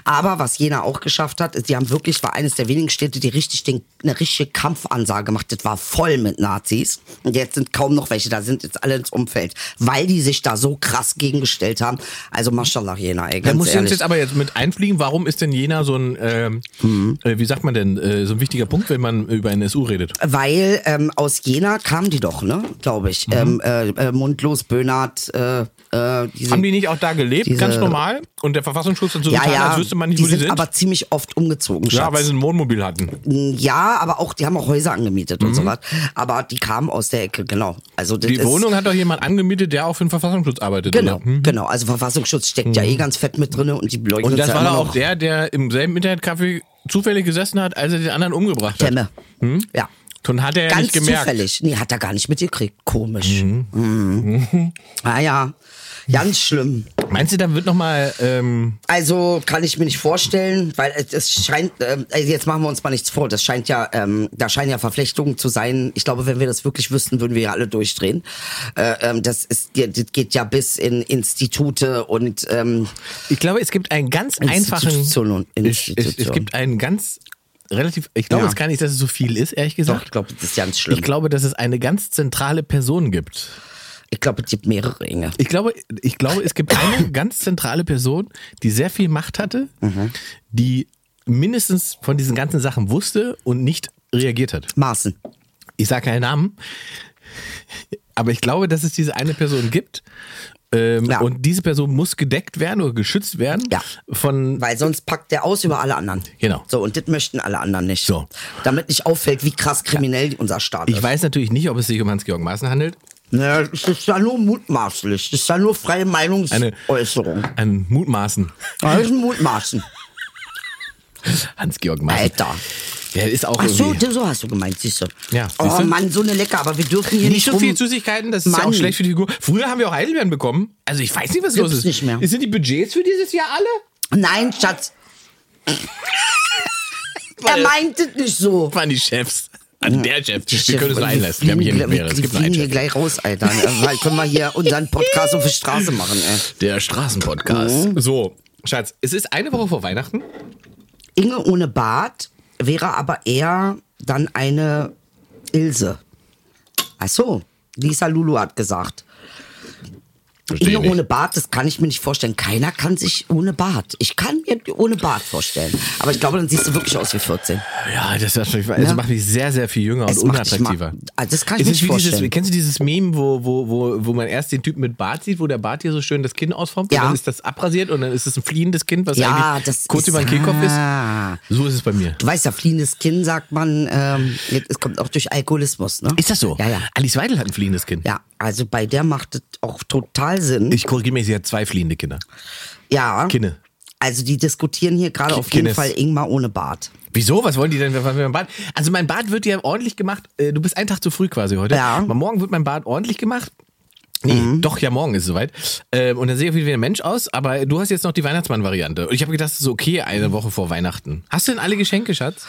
[SPEAKER 4] Aber was Jena auch geschafft hat, ist, die haben wirklich, war eines der wenigen Städte, die richtig den, eine richtige Kampfansage gemacht hat. Das war voll mit Nazis. Und jetzt sind kaum noch welche, da sind jetzt alle ins Umfeld. Weil die sich da so krass gegengestellt haben. Also Maschallah Jena, ey,
[SPEAKER 2] Da
[SPEAKER 4] ganz
[SPEAKER 2] muss ich uns
[SPEAKER 4] ehrlich.
[SPEAKER 2] jetzt aber jetzt mit einfliegen, warum ist denn Jena so ein, ähm,
[SPEAKER 4] Hm.
[SPEAKER 2] äh, wie sagt man denn, äh, so ein wichtiger Punkt, wenn man über NSU redet?
[SPEAKER 4] Weil ähm, aus Jena kamen die doch, ne? Glaube
[SPEAKER 2] Mhm.
[SPEAKER 4] ich. Ähm, äh, äh, Mundlos, Böhnert, äh, äh, diese,
[SPEAKER 2] Haben die nicht auch da gelebt,
[SPEAKER 4] diese-
[SPEAKER 2] ganz normal? Und der Verfassungsschutz hat so
[SPEAKER 4] ja,
[SPEAKER 2] getan,
[SPEAKER 4] ja,
[SPEAKER 2] als wüsste man nicht,
[SPEAKER 4] die
[SPEAKER 2] wo die
[SPEAKER 4] sind,
[SPEAKER 2] sind?
[SPEAKER 4] aber ziemlich oft umgezogen, Schatz.
[SPEAKER 2] ja, weil sie ein Wohnmobil hatten.
[SPEAKER 4] Ja, aber auch, die haben auch Häuser angemietet und so was. Aber die kamen aus der Ecke, genau. Also das
[SPEAKER 2] Mhm. Die
[SPEAKER 4] ist,
[SPEAKER 2] Wohnung hat doch jemand angemietet, der auch für den Verfassungsschutz arbeitet.
[SPEAKER 4] Genau,
[SPEAKER 2] oder? Hm.
[SPEAKER 4] genau. Also Verfassungsschutz steckt ja eh ganz fett mit drin und die leugnen
[SPEAKER 2] Mhm. Und das
[SPEAKER 4] ja
[SPEAKER 2] war
[SPEAKER 4] immer
[SPEAKER 2] doch auch
[SPEAKER 4] noch.
[SPEAKER 2] der, der im selben Internetcafé zufällig gesessen hat, als er den anderen umgebracht hat.
[SPEAKER 4] Klemme. Ja.
[SPEAKER 2] Dann hat er ja
[SPEAKER 4] Ganz
[SPEAKER 2] nicht Hm? gemerkt.
[SPEAKER 4] zufällig. Nee, hat er gar nicht mitgekriegt. Komisch. Mhm. Ah ja, ganz schlimm.
[SPEAKER 2] Meinst du, da wird nochmal. Ähm,
[SPEAKER 4] Also kann ich mir nicht vorstellen, weil es- es scheint, ähm, also jetzt machen wir uns mal nichts vor, das scheint ja, ähm, da scheinen ja Verflechtungen zu sein. Ich glaube, wenn wir das wirklich wüssten, würden wir ja alle durchdrehen. Äh, ähm, das, ist, das geht ja bis in Institute und ähm,
[SPEAKER 2] ich glaube, es gibt einen ganz einfachen.
[SPEAKER 4] Institution und
[SPEAKER 2] Es, es, es
[SPEAKER 4] Institution.
[SPEAKER 2] gibt einen ganz relativ. Ich glaube
[SPEAKER 4] Ja.
[SPEAKER 2] jetzt gar nicht, dass es so viel ist, ehrlich gesagt.
[SPEAKER 4] doch, ich glaube, das ist ganz schlimm.
[SPEAKER 2] ich glaube, dass es eine ganz zentrale Person gibt.
[SPEAKER 4] Ich glaube, es gibt mehrere Ringe.
[SPEAKER 2] Ich glaube, ich glaube, es gibt eine ganz zentrale Person, die sehr viel Macht hatte,
[SPEAKER 4] Mhm.
[SPEAKER 2] die mindestens von diesen ganzen Sachen wusste und nicht reagiert hat.
[SPEAKER 4] Maßen.
[SPEAKER 2] Ich sage keinen Namen, aber ich glaube, dass es diese eine Person gibt. Ähm,
[SPEAKER 4] Ja.
[SPEAKER 2] Und diese Person muss gedeckt werden oder geschützt werden
[SPEAKER 4] Ja.
[SPEAKER 2] von
[SPEAKER 4] Weil sonst packt der aus über alle anderen.
[SPEAKER 2] Genau.
[SPEAKER 4] So, und das möchten alle anderen nicht.
[SPEAKER 2] So.
[SPEAKER 4] Damit nicht auffällt, wie krass kriminell unser Staat
[SPEAKER 2] ich
[SPEAKER 4] ist.
[SPEAKER 2] weiß natürlich nicht, ob es sich um Hans-Georg Maaßen handelt.
[SPEAKER 4] Ne, das ist ja nur mutmaßlich. Das ist ja nur freie
[SPEAKER 2] Eine-
[SPEAKER 4] Meinungsäußerung.
[SPEAKER 2] An Ähm, Mutmaßen.
[SPEAKER 4] Das ist ein Mutmaßen.
[SPEAKER 2] Hans-Georg Maaßen.
[SPEAKER 4] Alter.
[SPEAKER 2] Der ist auch
[SPEAKER 4] Ach so,
[SPEAKER 2] irgendwie.
[SPEAKER 4] das- so hast du gemeint, siehst du.
[SPEAKER 2] Ja,
[SPEAKER 4] oh
[SPEAKER 2] siehst du?
[SPEAKER 4] Mann, so eine lecker, aber wir dürfen hier
[SPEAKER 2] Nicht
[SPEAKER 4] nicht,
[SPEAKER 2] so viel
[SPEAKER 4] rum-
[SPEAKER 2] Süßigkeiten, das ist ja auch
[SPEAKER 4] Mann.
[SPEAKER 2] schlecht für die Figur. Früher haben wir auch Heidelbeeren bekommen. Also ich weiß nicht, was los
[SPEAKER 4] Gibt's
[SPEAKER 2] ist.
[SPEAKER 4] nicht mehr.
[SPEAKER 2] Sind die Budgets für dieses Jahr alle?
[SPEAKER 4] Nein, Schatz. er meint es nicht so.
[SPEAKER 2] Waren die Chefs. An der Chef. Wir
[SPEAKER 4] Chef,
[SPEAKER 2] können es nur einlassen. Wir haben hier nicht
[SPEAKER 4] fliegen-
[SPEAKER 2] mehrere. Es gibt
[SPEAKER 4] Wir
[SPEAKER 2] nur einen
[SPEAKER 4] fliegen hier
[SPEAKER 2] Chef.
[SPEAKER 4] gleich raus, Alter. Weil können wir hier unseren Podcast auf die Straße machen, ey.
[SPEAKER 2] Der Straßenpodcast. So, Schatz, es ist eine Woche vor Weihnachten.
[SPEAKER 4] Inge ohne Bart wäre aber eher dann eine Ilse. Ach so, Lisa Lulu hat gesagt. Inge ohne Bart, das kann ich mir nicht vorstellen. Keiner kann sich ohne Bart. Ich kann mir ohne Bart vorstellen. Aber ich glaube, dann siehst du wirklich aus wie 14.
[SPEAKER 2] Ja, das ist natürlich, also
[SPEAKER 4] Ja.
[SPEAKER 2] macht mich sehr, sehr viel jünger
[SPEAKER 4] Es
[SPEAKER 2] und
[SPEAKER 4] macht dich
[SPEAKER 2] unattraktiver.
[SPEAKER 4] ma- Ah, das kann ich
[SPEAKER 2] Es
[SPEAKER 4] mir
[SPEAKER 2] ist
[SPEAKER 4] nicht
[SPEAKER 2] wie Dieses,
[SPEAKER 4] vorstellen.
[SPEAKER 2] kennst du dieses Meme, wo, wo, wo, wo man erst den Typen mit Bart sieht, wo der Bart hier so schön das Kinn ausformt
[SPEAKER 4] Ja.
[SPEAKER 2] und dann ist das abrasiert und dann ist es ein fliehendes Kind, was
[SPEAKER 4] Ja,
[SPEAKER 2] eigentlich
[SPEAKER 4] das
[SPEAKER 2] kurz
[SPEAKER 4] ist-
[SPEAKER 2] über den Kehlkopf
[SPEAKER 4] Ah.
[SPEAKER 2] ist. So ist es bei mir.
[SPEAKER 4] Du weißt ja, fliehendes Kinn, sagt man, ähm, jetzt- es kommt auch durch Alkoholismus, ne?
[SPEAKER 2] Ist das so?
[SPEAKER 4] Ja, ja.
[SPEAKER 2] Alice Weidel hat ein fliehendes Kind.
[SPEAKER 4] Ja, also bei der macht es auch total Sinn.
[SPEAKER 2] Ich korrigiere mich, sie hat zwei fliehende Kinder.
[SPEAKER 4] ja.
[SPEAKER 2] Kinne.
[SPEAKER 4] Also die diskutieren hier gerade
[SPEAKER 2] Ki-
[SPEAKER 4] auf jeden
[SPEAKER 2] Kinnes.
[SPEAKER 4] Fall Ingmar ohne Bart.
[SPEAKER 2] Wieso? Was wollen die denn von meinem Bart? Also mein Bart wird ja ordentlich gemacht. Äh, Du bist einen Tag zu früh quasi heute.
[SPEAKER 4] Ja. Mhm.
[SPEAKER 2] Aber morgen wird mein Bart ordentlich gemacht. Nee, doch, ja, morgen ist es soweit. Ähm, und dann sehe ich wieder wie ein Mensch aus, aber du hast jetzt noch die Weihnachtsmann-Variante. Und ich habe gedacht, das ist okay, eine Woche vor Weihnachten. Hast du denn alle Geschenke, Schatz?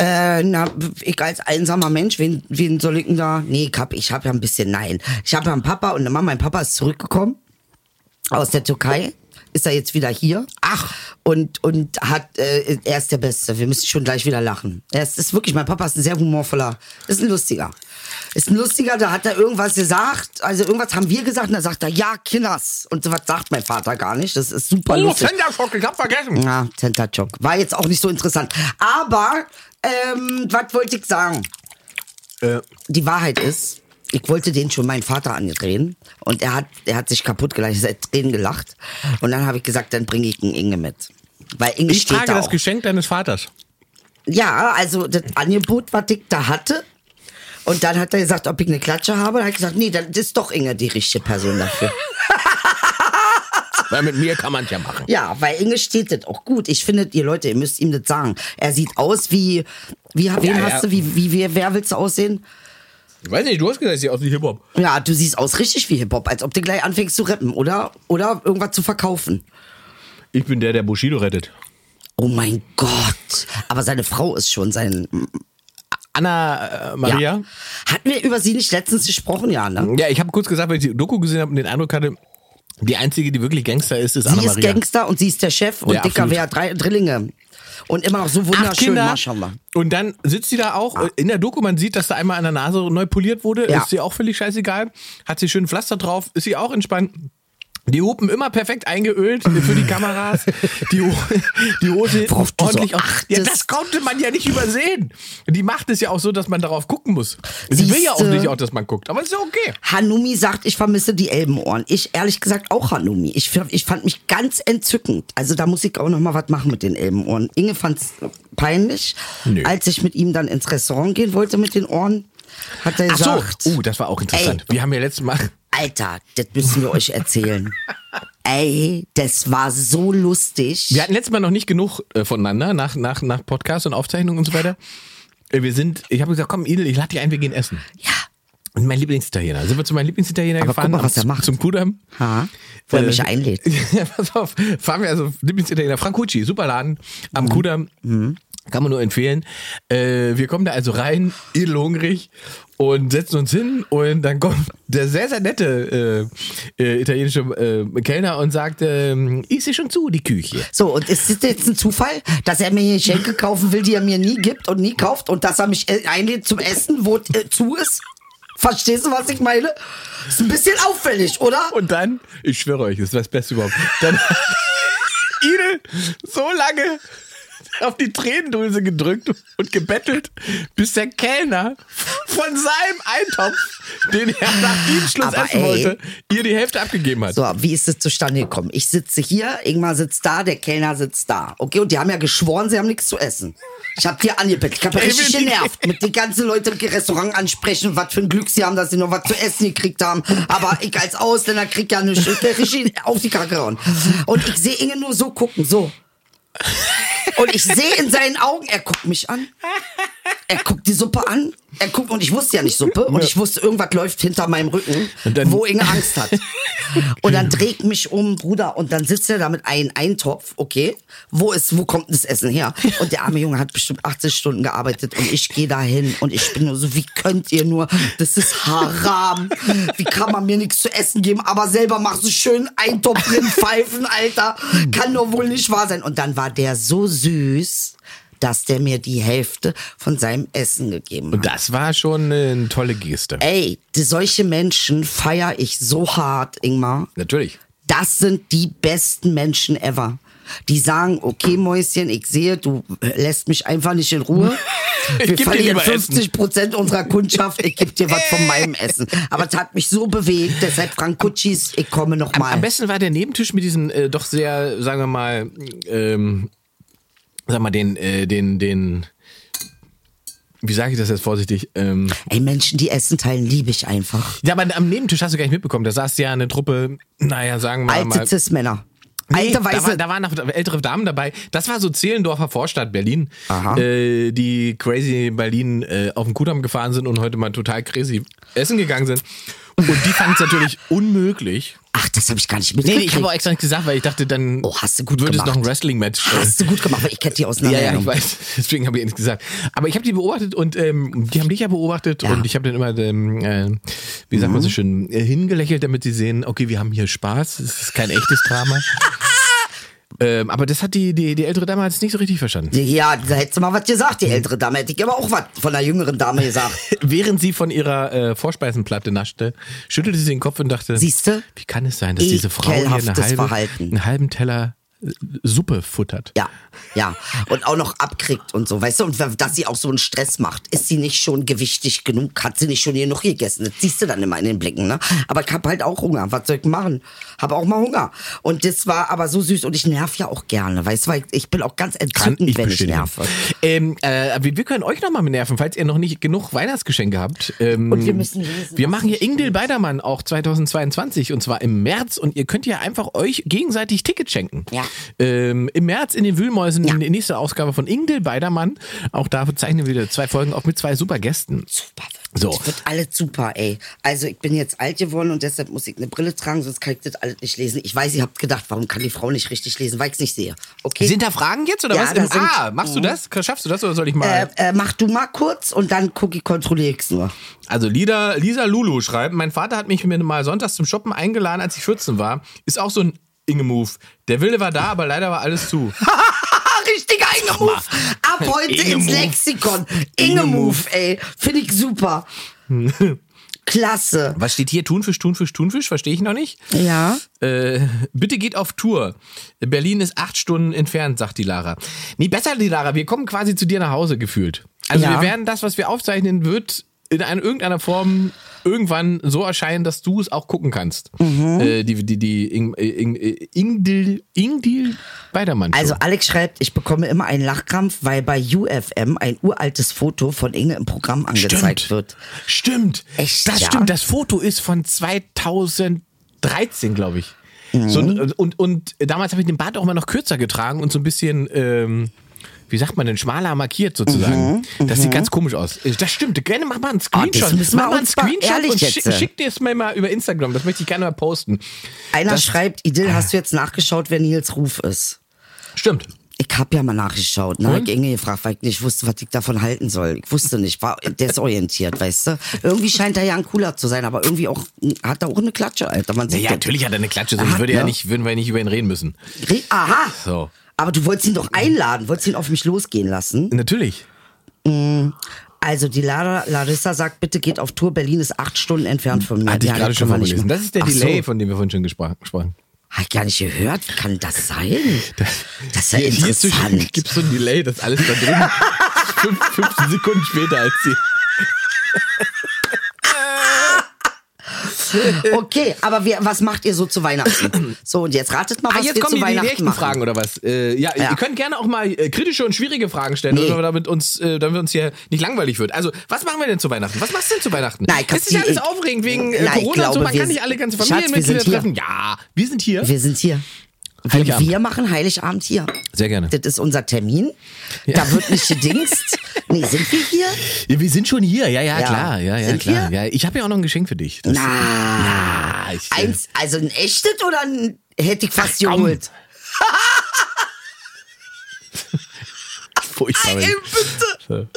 [SPEAKER 4] Äh, na, ich als einsamer Mensch, wen, wen soll ich denn da? Nee, ich hab, ich hab ja ein bisschen, nein. Ich habe ja einen Papa und eine Mama. Mein Papa ist zurückgekommen aus der Türkei. Ist er jetzt wieder hier? Ach. Und, und hat, äh, er ist der Beste. Wir müssen schon gleich wieder lachen. Er ist, ist wirklich, mein Papa ist ein sehr humorvoller, ist ein lustiger. Ist ein lustiger, da hat er irgendwas gesagt, also irgendwas haben wir gesagt und da sagt er, ja, Kinders. Und sowas sagt mein Vater gar nicht. Das ist super
[SPEAKER 2] Oh,
[SPEAKER 4] lustig.
[SPEAKER 2] Senderschock, ich hab vergessen.
[SPEAKER 4] Ja, Center Choc. War jetzt auch nicht so interessant. Aber, ähm, was wollte ich sagen?
[SPEAKER 2] Äh,
[SPEAKER 4] Die Wahrheit ist, ich wollte den schon meinen Vater andrehen und er hat, er hat sich kaputt gelacht, er hat Tränen gelacht. Und dann habe ich gesagt, dann bringe ich ihn Inge mit. Weil Inge
[SPEAKER 2] ich
[SPEAKER 4] steht
[SPEAKER 2] trage
[SPEAKER 4] da
[SPEAKER 2] das
[SPEAKER 4] auch.
[SPEAKER 2] Geschenk deines Vaters.
[SPEAKER 4] Ja, also das Angebot, was ich da hatte. Und dann hat er gesagt, ob ich eine Klatsche habe. Dann habe ich gesagt, nee, dann ist doch Inge die richtige Person dafür.
[SPEAKER 2] Weil mit mir kann man ja machen.
[SPEAKER 4] Ja, weil Inge steht das auch gut. Ich finde, ihr Leute, ihr müsst ihm das sagen. Er sieht aus wie, wie wen
[SPEAKER 2] ja.
[SPEAKER 4] hast du, wie, wie, wie, wer willst du aussehen?
[SPEAKER 2] Ich weiß nicht, du hast gesagt, ich sehe aus wie Hip-Hop.
[SPEAKER 4] Ja, du siehst aus richtig wie Hip-Hop, als ob du gleich anfängst zu rappen, oder? Oder irgendwas zu verkaufen.
[SPEAKER 2] Ich bin der, der Bushido rettet.
[SPEAKER 4] Oh mein Gott. Aber seine Frau ist schon sein,
[SPEAKER 2] Anna äh,
[SPEAKER 4] ja.
[SPEAKER 2] Maria?
[SPEAKER 4] Hatten wir über sie nicht letztens gesprochen, ja, ne?
[SPEAKER 2] Ja, ich habe kurz gesagt, weil ich die Doku gesehen habe und den Eindruck hatte, die einzige, die wirklich Gangster ist, ist
[SPEAKER 4] Sie
[SPEAKER 2] Anna
[SPEAKER 4] ist
[SPEAKER 2] Maria.
[SPEAKER 4] Gangster und sie ist der Chef und
[SPEAKER 2] Ja,
[SPEAKER 4] dicker
[SPEAKER 2] absolut.
[SPEAKER 4] wer drei Drillinge. Und immer noch so
[SPEAKER 2] Acht
[SPEAKER 4] wunderschön,
[SPEAKER 2] Kinder.
[SPEAKER 4] Maschallah. Ah.
[SPEAKER 2] Und dann sitzt sie da auch in der Doku, man sieht, dass da einmal an der Nase neu poliert wurde,
[SPEAKER 4] Ja.
[SPEAKER 2] ist sie auch völlig scheißegal, hat sie schön Pflaster drauf, ist sie auch entspannt. Die Hupen immer perfekt eingeölt für die Kameras. Die, Ho die Hose
[SPEAKER 4] Worauf du so
[SPEAKER 2] auf- Ja,
[SPEAKER 4] achtest.
[SPEAKER 2] das konnte man ja nicht übersehen. Die macht es ja auch so, dass man darauf gucken muss. Sie will ja auch
[SPEAKER 4] Siehste.
[SPEAKER 2] nicht, auch, dass man guckt. Aber ist ja okay.
[SPEAKER 4] Hanumi sagt, ich vermisse die Elbenohren. Ich ehrlich gesagt auch Hanumi. Ich, f- ich fand mich ganz entzückend. Also da muss ich auch noch mal was machen mit den Elbenohren. Inge fand's peinlich,
[SPEAKER 2] Nö.
[SPEAKER 4] als ich mit ihm dann ins Restaurant gehen wollte mit den Ohren. Hat er
[SPEAKER 2] Ach so.
[SPEAKER 4] gesagt,
[SPEAKER 2] Uh, das war auch interessant. Wir haben ja letztes Mal
[SPEAKER 4] Alter, das müssen wir euch erzählen. Ey, das war so lustig.
[SPEAKER 2] Wir hatten letztes Mal noch nicht genug äh, voneinander nach, nach, nach Podcast und Aufzeichnung und so weiter. Äh, Wir sind, ich habe gesagt, komm, Idel, ich lade dich ein, wir gehen essen.
[SPEAKER 4] Ja.
[SPEAKER 2] Und mein Lieblingsitaliener. Sind wir zu meinem Lieblingsitaliener
[SPEAKER 4] Aber
[SPEAKER 2] gefahren?
[SPEAKER 4] guck mal, was er macht.
[SPEAKER 2] Zum Kudamm.
[SPEAKER 4] Ha, wo
[SPEAKER 2] Äh,
[SPEAKER 4] er mich einlädt.
[SPEAKER 2] Ja, pass auf, fahren wir also Lieblingsitaliener Francucci, super Laden am
[SPEAKER 4] Mhm.
[SPEAKER 2] Kudamm. Kann man nur empfehlen. Äh, wir kommen da also rein, edelhungrig und setzen uns hin und dann kommt der sehr, sehr nette äh, äh, italienische äh, Kellner und sagt, ähm, ich sehe schon zu, die Küche.
[SPEAKER 4] So, und ist das jetzt ein Zufall, dass er mir hier Geschenke kaufen will, die er mir nie gibt und nie kauft und dass er mich äh, einlädt zum Essen, wo äh, zu ist? Verstehst du, was ich meine? Ist ein bisschen auffällig, oder?
[SPEAKER 2] Und dann, ich schwöre euch, das war das Beste überhaupt. Dann hat Ine so lange auf die Tränendulse gedrückt und gebettelt, bis der Kellner von seinem Eintopf, den er nach Dienstschluss
[SPEAKER 4] Aber
[SPEAKER 2] essen
[SPEAKER 4] ey.
[SPEAKER 2] wollte, ihr die Hälfte abgegeben hat.
[SPEAKER 4] So, wie ist das zustande gekommen? Ich sitze hier, Ingmar sitzt da, der Kellner sitzt da. Okay, und die haben ja geschworen, sie haben nichts zu essen. Ich hab dir angebettelt. Ich hab
[SPEAKER 2] Ey,
[SPEAKER 4] richtig
[SPEAKER 2] wenn die-
[SPEAKER 4] genervt. Mit den ganzen Leuten im Restaurant ansprechen, was für ein Glück sie haben, dass sie noch was zu essen gekriegt haben. Aber ich als Ausländer krieg ja nichts. Ich krieg richtig auf die Kacke hauen. Und ich sehe Inge nur so gucken, so. Und ich sehe in seinen Augen, er guckt mich an. Er guckt die Suppe an. Er guckt, und ich wusste ja nicht Suppe. Und ich wusste, irgendwas läuft hinter meinem Rücken,
[SPEAKER 2] Und dann-
[SPEAKER 4] wo Inge Angst hat. und dann dreht mich um, Bruder. Und dann sitzt er da mit einem Eintopf, okay? Wo ist, wo kommt das Essen her? Und der arme Junge hat bestimmt 80 Stunden gearbeitet. Und ich gehe da hin. Und ich bin nur so, wie könnt ihr nur? Das ist Haram. Wie kann man mir nichts zu essen geben? Aber selber machst du schön Eintopf drin, Pfeifen, Alter. Kann doch wohl nicht wahr sein. Und dann war der so süß dass der mir die Hälfte von seinem Essen gegeben hat.
[SPEAKER 2] Und das war schon eine tolle Geste.
[SPEAKER 4] Ey, die, solche Menschen feiere ich so hart, Ingmar.
[SPEAKER 2] Natürlich.
[SPEAKER 4] Das sind die besten Menschen ever. Die sagen, okay, Mäuschen, ich sehe, du lässt mich einfach nicht in Ruhe.
[SPEAKER 2] Ich
[SPEAKER 4] Wir
[SPEAKER 2] geb dir
[SPEAKER 4] verlieren
[SPEAKER 2] lieber Essen.
[SPEAKER 4] 50 Prozent unserer Kundschaft. Ich gebe dir was von meinem Essen. Aber es hat mich so bewegt, deshalb Frankucci's, ich komme
[SPEAKER 2] Am, am
[SPEAKER 4] nochmal.
[SPEAKER 2] besten war der Nebentisch mit diesem äh, doch sehr, sagen wir mal, ähm, sag mal, den, äh, den, den, wie sage ich das jetzt vorsichtig? Ähm,
[SPEAKER 4] Ey, Menschen, die Essen teilen, liebe ich einfach.
[SPEAKER 2] Ja, aber am Nebentisch hast du gar nicht mitbekommen. Da saß ja eine Truppe, naja, sagen wir
[SPEAKER 4] Alte
[SPEAKER 2] mal.
[SPEAKER 4] Cis-Männer.
[SPEAKER 2] Nee,
[SPEAKER 4] Alte Weiße.
[SPEAKER 2] Da, war, da waren noch ältere Damen dabei. Das war so Zehlendorfer Vorstadt Berlin,
[SPEAKER 4] Aha.
[SPEAKER 2] äh, die crazy Berlin äh, auf den Kudamm gefahren sind und heute mal total crazy essen gegangen sind. Und die fanden es natürlich unmöglich.
[SPEAKER 4] Ach, das habe ich gar nicht
[SPEAKER 2] Nee,
[SPEAKER 4] mitgekriegt.
[SPEAKER 2] nee ich habe auch extra nicht gesagt, weil ich dachte, dann
[SPEAKER 4] Oh, hast du gut
[SPEAKER 2] würde es
[SPEAKER 4] gemacht.
[SPEAKER 2] noch ein Wrestling-Match. äh.
[SPEAKER 4] Hast du gut gemacht, weil ich kenne die
[SPEAKER 2] Ja,
[SPEAKER 4] auseinander.
[SPEAKER 2] ja, ich weiß. Deswegen habe ich ihr nicht gesagt. Aber ich habe die beobachtet und ähm, die haben dich ja beobachtet
[SPEAKER 4] Ja. Mhm.
[SPEAKER 2] und ich habe dann immer, ähm, äh, wie sagt man so schön, äh, hingelächelt, damit sie sehen, okay, wir haben hier Spaß, es ist kein echtes Drama. ähm, aber das hat die, die, die ältere Dame jetzt nicht so richtig verstanden.
[SPEAKER 4] Ja, da hättest du mal was gesagt, die ältere Dame. Hätte ich aber auch was von der jüngeren Dame gesagt.
[SPEAKER 2] Während sie von ihrer äh, Vorspeisenplatte naschte, schüttelte sie den Kopf und dachte,
[SPEAKER 4] Siehste?
[SPEAKER 2] wie kann es sein, dass diese Frau hier eine
[SPEAKER 4] Ekelhaftes
[SPEAKER 2] halbe,
[SPEAKER 4] Verhalten.
[SPEAKER 2] einen halben Teller äh, Suppe futtert?
[SPEAKER 4] Ja, ja. Und auch noch abkriegt und so, weißt du? Und dass sie auch so einen Stress macht. Ist sie nicht schon gewichtig genug? Hat sie nicht schon genug gegessen? Das siehst du dann immer in den Blicken, ne? Aber ich hab halt auch Hunger. Was soll ich machen? Hab auch mal Hunger. Und das war aber so süß. Und ich nerv ja auch gerne, weißt du? Weil ich bin auch ganz
[SPEAKER 2] Kann
[SPEAKER 4] entzückend,
[SPEAKER 2] ich
[SPEAKER 4] wenn ich
[SPEAKER 2] bestätigen.
[SPEAKER 4] nerve.
[SPEAKER 2] Ähm, äh, wir, wir können euch nochmal nerven, falls ihr noch nicht genug Weihnachtsgeschenke habt. Ähm,
[SPEAKER 4] Und wir müssen lesen,
[SPEAKER 2] Wir
[SPEAKER 4] was
[SPEAKER 2] machen hier
[SPEAKER 4] nicht
[SPEAKER 2] Ingdil Beidermann auch 2022 und zwar im März und ihr könnt ja einfach euch gegenseitig Tickets schenken.
[SPEAKER 4] Ja.
[SPEAKER 2] Ähm, Im März in den Wühlmäusen
[SPEAKER 4] Ja.
[SPEAKER 2] die nächste Ausgabe von Ingdil Beidermann. Auch da zeichnen wir wieder zwei Folgen auf mit zwei super Gästen.
[SPEAKER 4] Super wird.
[SPEAKER 2] So.
[SPEAKER 4] Das wird alles super, ey. Also ich bin jetzt alt geworden und deshalb muss ich eine Brille tragen, sonst kann ich das alles nicht lesen. Ich weiß, ihr habt gedacht, warum kann die Frau nicht richtig lesen, weil ich es nicht sehe. Okay.
[SPEAKER 2] Sind da Fragen jetzt oder
[SPEAKER 4] Ja,
[SPEAKER 2] was?
[SPEAKER 4] da
[SPEAKER 2] Im-
[SPEAKER 4] sind- Mhm.
[SPEAKER 2] ah, machst du das? Schaffst du das oder soll ich mal?
[SPEAKER 4] äh, äh, mach du mal kurz und dann guck ich, kontrolliere ich nur.
[SPEAKER 2] Also Lisa, Lisa Lulu schreibt, mein Vater hat mich mir mal sonntags zum Shoppen eingeladen, als ich 14 war. Ist auch so ein Inge-Move. Der Wille war da, aber leider war alles zu.
[SPEAKER 4] Ah, Richtig Inge-Move. Ab heute ins
[SPEAKER 2] Inge-Move.
[SPEAKER 4] Lexikon. Inge-Move, ey. Finde ich super. Klasse.
[SPEAKER 2] Was steht hier? Thunfisch, Thunfisch, Thunfisch? Verstehe ich noch nicht.
[SPEAKER 4] Ja.
[SPEAKER 2] Äh, bitte geht auf Tour. Berlin ist acht Stunden entfernt, sagt die Lara. Nee, besser, die Lara, wir kommen quasi zu dir nach Hause gefühlt. Also
[SPEAKER 4] Ja.
[SPEAKER 2] wir werden das, was wir aufzeichnen, wird in einer, irgendeiner Form irgendwann so erscheinen, dass du es auch gucken kannst.
[SPEAKER 4] Mhm.
[SPEAKER 2] Äh, die die, die Ing, äh, Ing, Ingdil, Ingdil Beidermann.
[SPEAKER 4] Also Alex schreibt, ich bekomme immer einen Lachkrampf, weil bei UFM ein uraltes Foto von Inge im Programm angezeigt wird.
[SPEAKER 2] Stimmt.
[SPEAKER 4] Echt,
[SPEAKER 2] das
[SPEAKER 4] ja?
[SPEAKER 2] stimmt. Das Foto ist von 2013, glaube ich.
[SPEAKER 4] Mhm.
[SPEAKER 2] So, und, und, und damals habe ich den Bart auch mal noch kürzer getragen und so ein bisschen, ähm, wie sagt man denn, schmaler markiert sozusagen.
[SPEAKER 4] Mhm,
[SPEAKER 2] Das sieht ganz komisch aus. Äh, Das stimmt. Gerne mach mal einen Screenshot.
[SPEAKER 4] Oh, müssen wir
[SPEAKER 2] mach mal einen
[SPEAKER 4] uns mal
[SPEAKER 2] Screenshot
[SPEAKER 4] ehrlich
[SPEAKER 2] und
[SPEAKER 4] jetzt,
[SPEAKER 2] schick,
[SPEAKER 4] äh.
[SPEAKER 2] schick dir es mir mal über Instagram. Das möchte ich gerne mal posten.
[SPEAKER 4] Einer
[SPEAKER 2] Das-
[SPEAKER 4] schreibt, Idil, hast du jetzt nachgeschaut, wer Nils Ruf ist?
[SPEAKER 2] Stimmt.
[SPEAKER 4] Ich habe ja mal nachgeschaut, ne?
[SPEAKER 2] Und?
[SPEAKER 4] Ich Inge gefragt, weil ich nicht wusste, was ich davon halten soll. Ich wusste nicht, war desorientiert, weißt du? Irgendwie scheint er ja ein cooler zu sein, aber irgendwie auch hat er auch eine Klatsche, Alter. Man sieht
[SPEAKER 2] Ja,
[SPEAKER 4] das.
[SPEAKER 2] natürlich hat er eine Klatsche, sonst
[SPEAKER 4] Hat,
[SPEAKER 2] würde ja
[SPEAKER 4] ne?
[SPEAKER 2] nicht, würden wir ja nicht über ihn reden müssen.
[SPEAKER 4] Re- Aha.
[SPEAKER 2] So.
[SPEAKER 4] Aber du wolltest ihn doch einladen, wolltest ihn auf mich losgehen lassen.
[SPEAKER 2] Natürlich.
[SPEAKER 4] Also die Lara, Larissa sagt, bitte geht auf Tour. Berlin ist acht Stunden entfernt von mir.
[SPEAKER 2] Hatte ich
[SPEAKER 4] Ja,
[SPEAKER 2] gerade
[SPEAKER 4] das
[SPEAKER 2] schon
[SPEAKER 4] können
[SPEAKER 2] mal
[SPEAKER 4] wir nicht
[SPEAKER 2] gelesen.
[SPEAKER 4] machen.
[SPEAKER 2] Das ist der
[SPEAKER 4] Ach
[SPEAKER 2] Delay,
[SPEAKER 4] So.
[SPEAKER 2] von dem wir vorhin schon gespra- sprachen.
[SPEAKER 4] Hab ich gar nicht gehört. Wie kann das sein? Das ist ja
[SPEAKER 2] Hier- hier
[SPEAKER 4] interessant.
[SPEAKER 2] Gibt es so ein Delay, das alles da drin ist. Fünf, 15 Sekunden später als sie.
[SPEAKER 4] Okay, aber wir, was macht ihr so zu Weihnachten? So, und jetzt ratet mal, was
[SPEAKER 2] Ah, jetzt
[SPEAKER 4] wir
[SPEAKER 2] kommen
[SPEAKER 4] zu
[SPEAKER 2] die, die
[SPEAKER 4] Weihnachten
[SPEAKER 2] nächsten
[SPEAKER 4] machen.
[SPEAKER 2] Fragen oder was? Äh, ja,
[SPEAKER 4] Ja.
[SPEAKER 2] ihr könnt gerne auch mal äh, kritische und schwierige Fragen stellen,
[SPEAKER 4] Nee.
[SPEAKER 2] oder damit uns, äh, damit uns hier nicht langweilig wird. Also, was machen wir denn zu Weihnachten? Was machst du denn zu Weihnachten?
[SPEAKER 4] Nein, ich hab
[SPEAKER 2] es ist ja
[SPEAKER 4] die-
[SPEAKER 2] alles aufregend wegen äh,
[SPEAKER 4] Nein, ich
[SPEAKER 2] Corona und so,
[SPEAKER 4] glaube,
[SPEAKER 2] man
[SPEAKER 4] wir
[SPEAKER 2] kann nicht
[SPEAKER 4] sind-
[SPEAKER 2] alle ganze
[SPEAKER 4] Schatz, wir
[SPEAKER 2] Familienmitglieder
[SPEAKER 4] sind hier.
[SPEAKER 2] treffen. Ja, wir sind hier.
[SPEAKER 4] Wir sind hier.
[SPEAKER 2] Heiligabend.
[SPEAKER 4] Wir machen Heiligabend hier.
[SPEAKER 2] Sehr gerne.
[SPEAKER 4] Das ist unser Termin. Da wird nicht gedingst. Nee, sind wir hier?
[SPEAKER 2] Ja, wir sind schon hier, ja, ja,
[SPEAKER 4] Ja.
[SPEAKER 2] klar. Ja, ja,
[SPEAKER 4] Sind
[SPEAKER 2] klar.
[SPEAKER 4] wir?
[SPEAKER 2] Ja, ich habe ja auch noch ein Geschenk für dich. Das,
[SPEAKER 4] Na,
[SPEAKER 2] ah, ich, äh,
[SPEAKER 4] eins, also ein echtes oder ein hätte ich fast
[SPEAKER 2] komm.
[SPEAKER 4] geholt?
[SPEAKER 2] furchtbar.
[SPEAKER 4] Ey, bitte.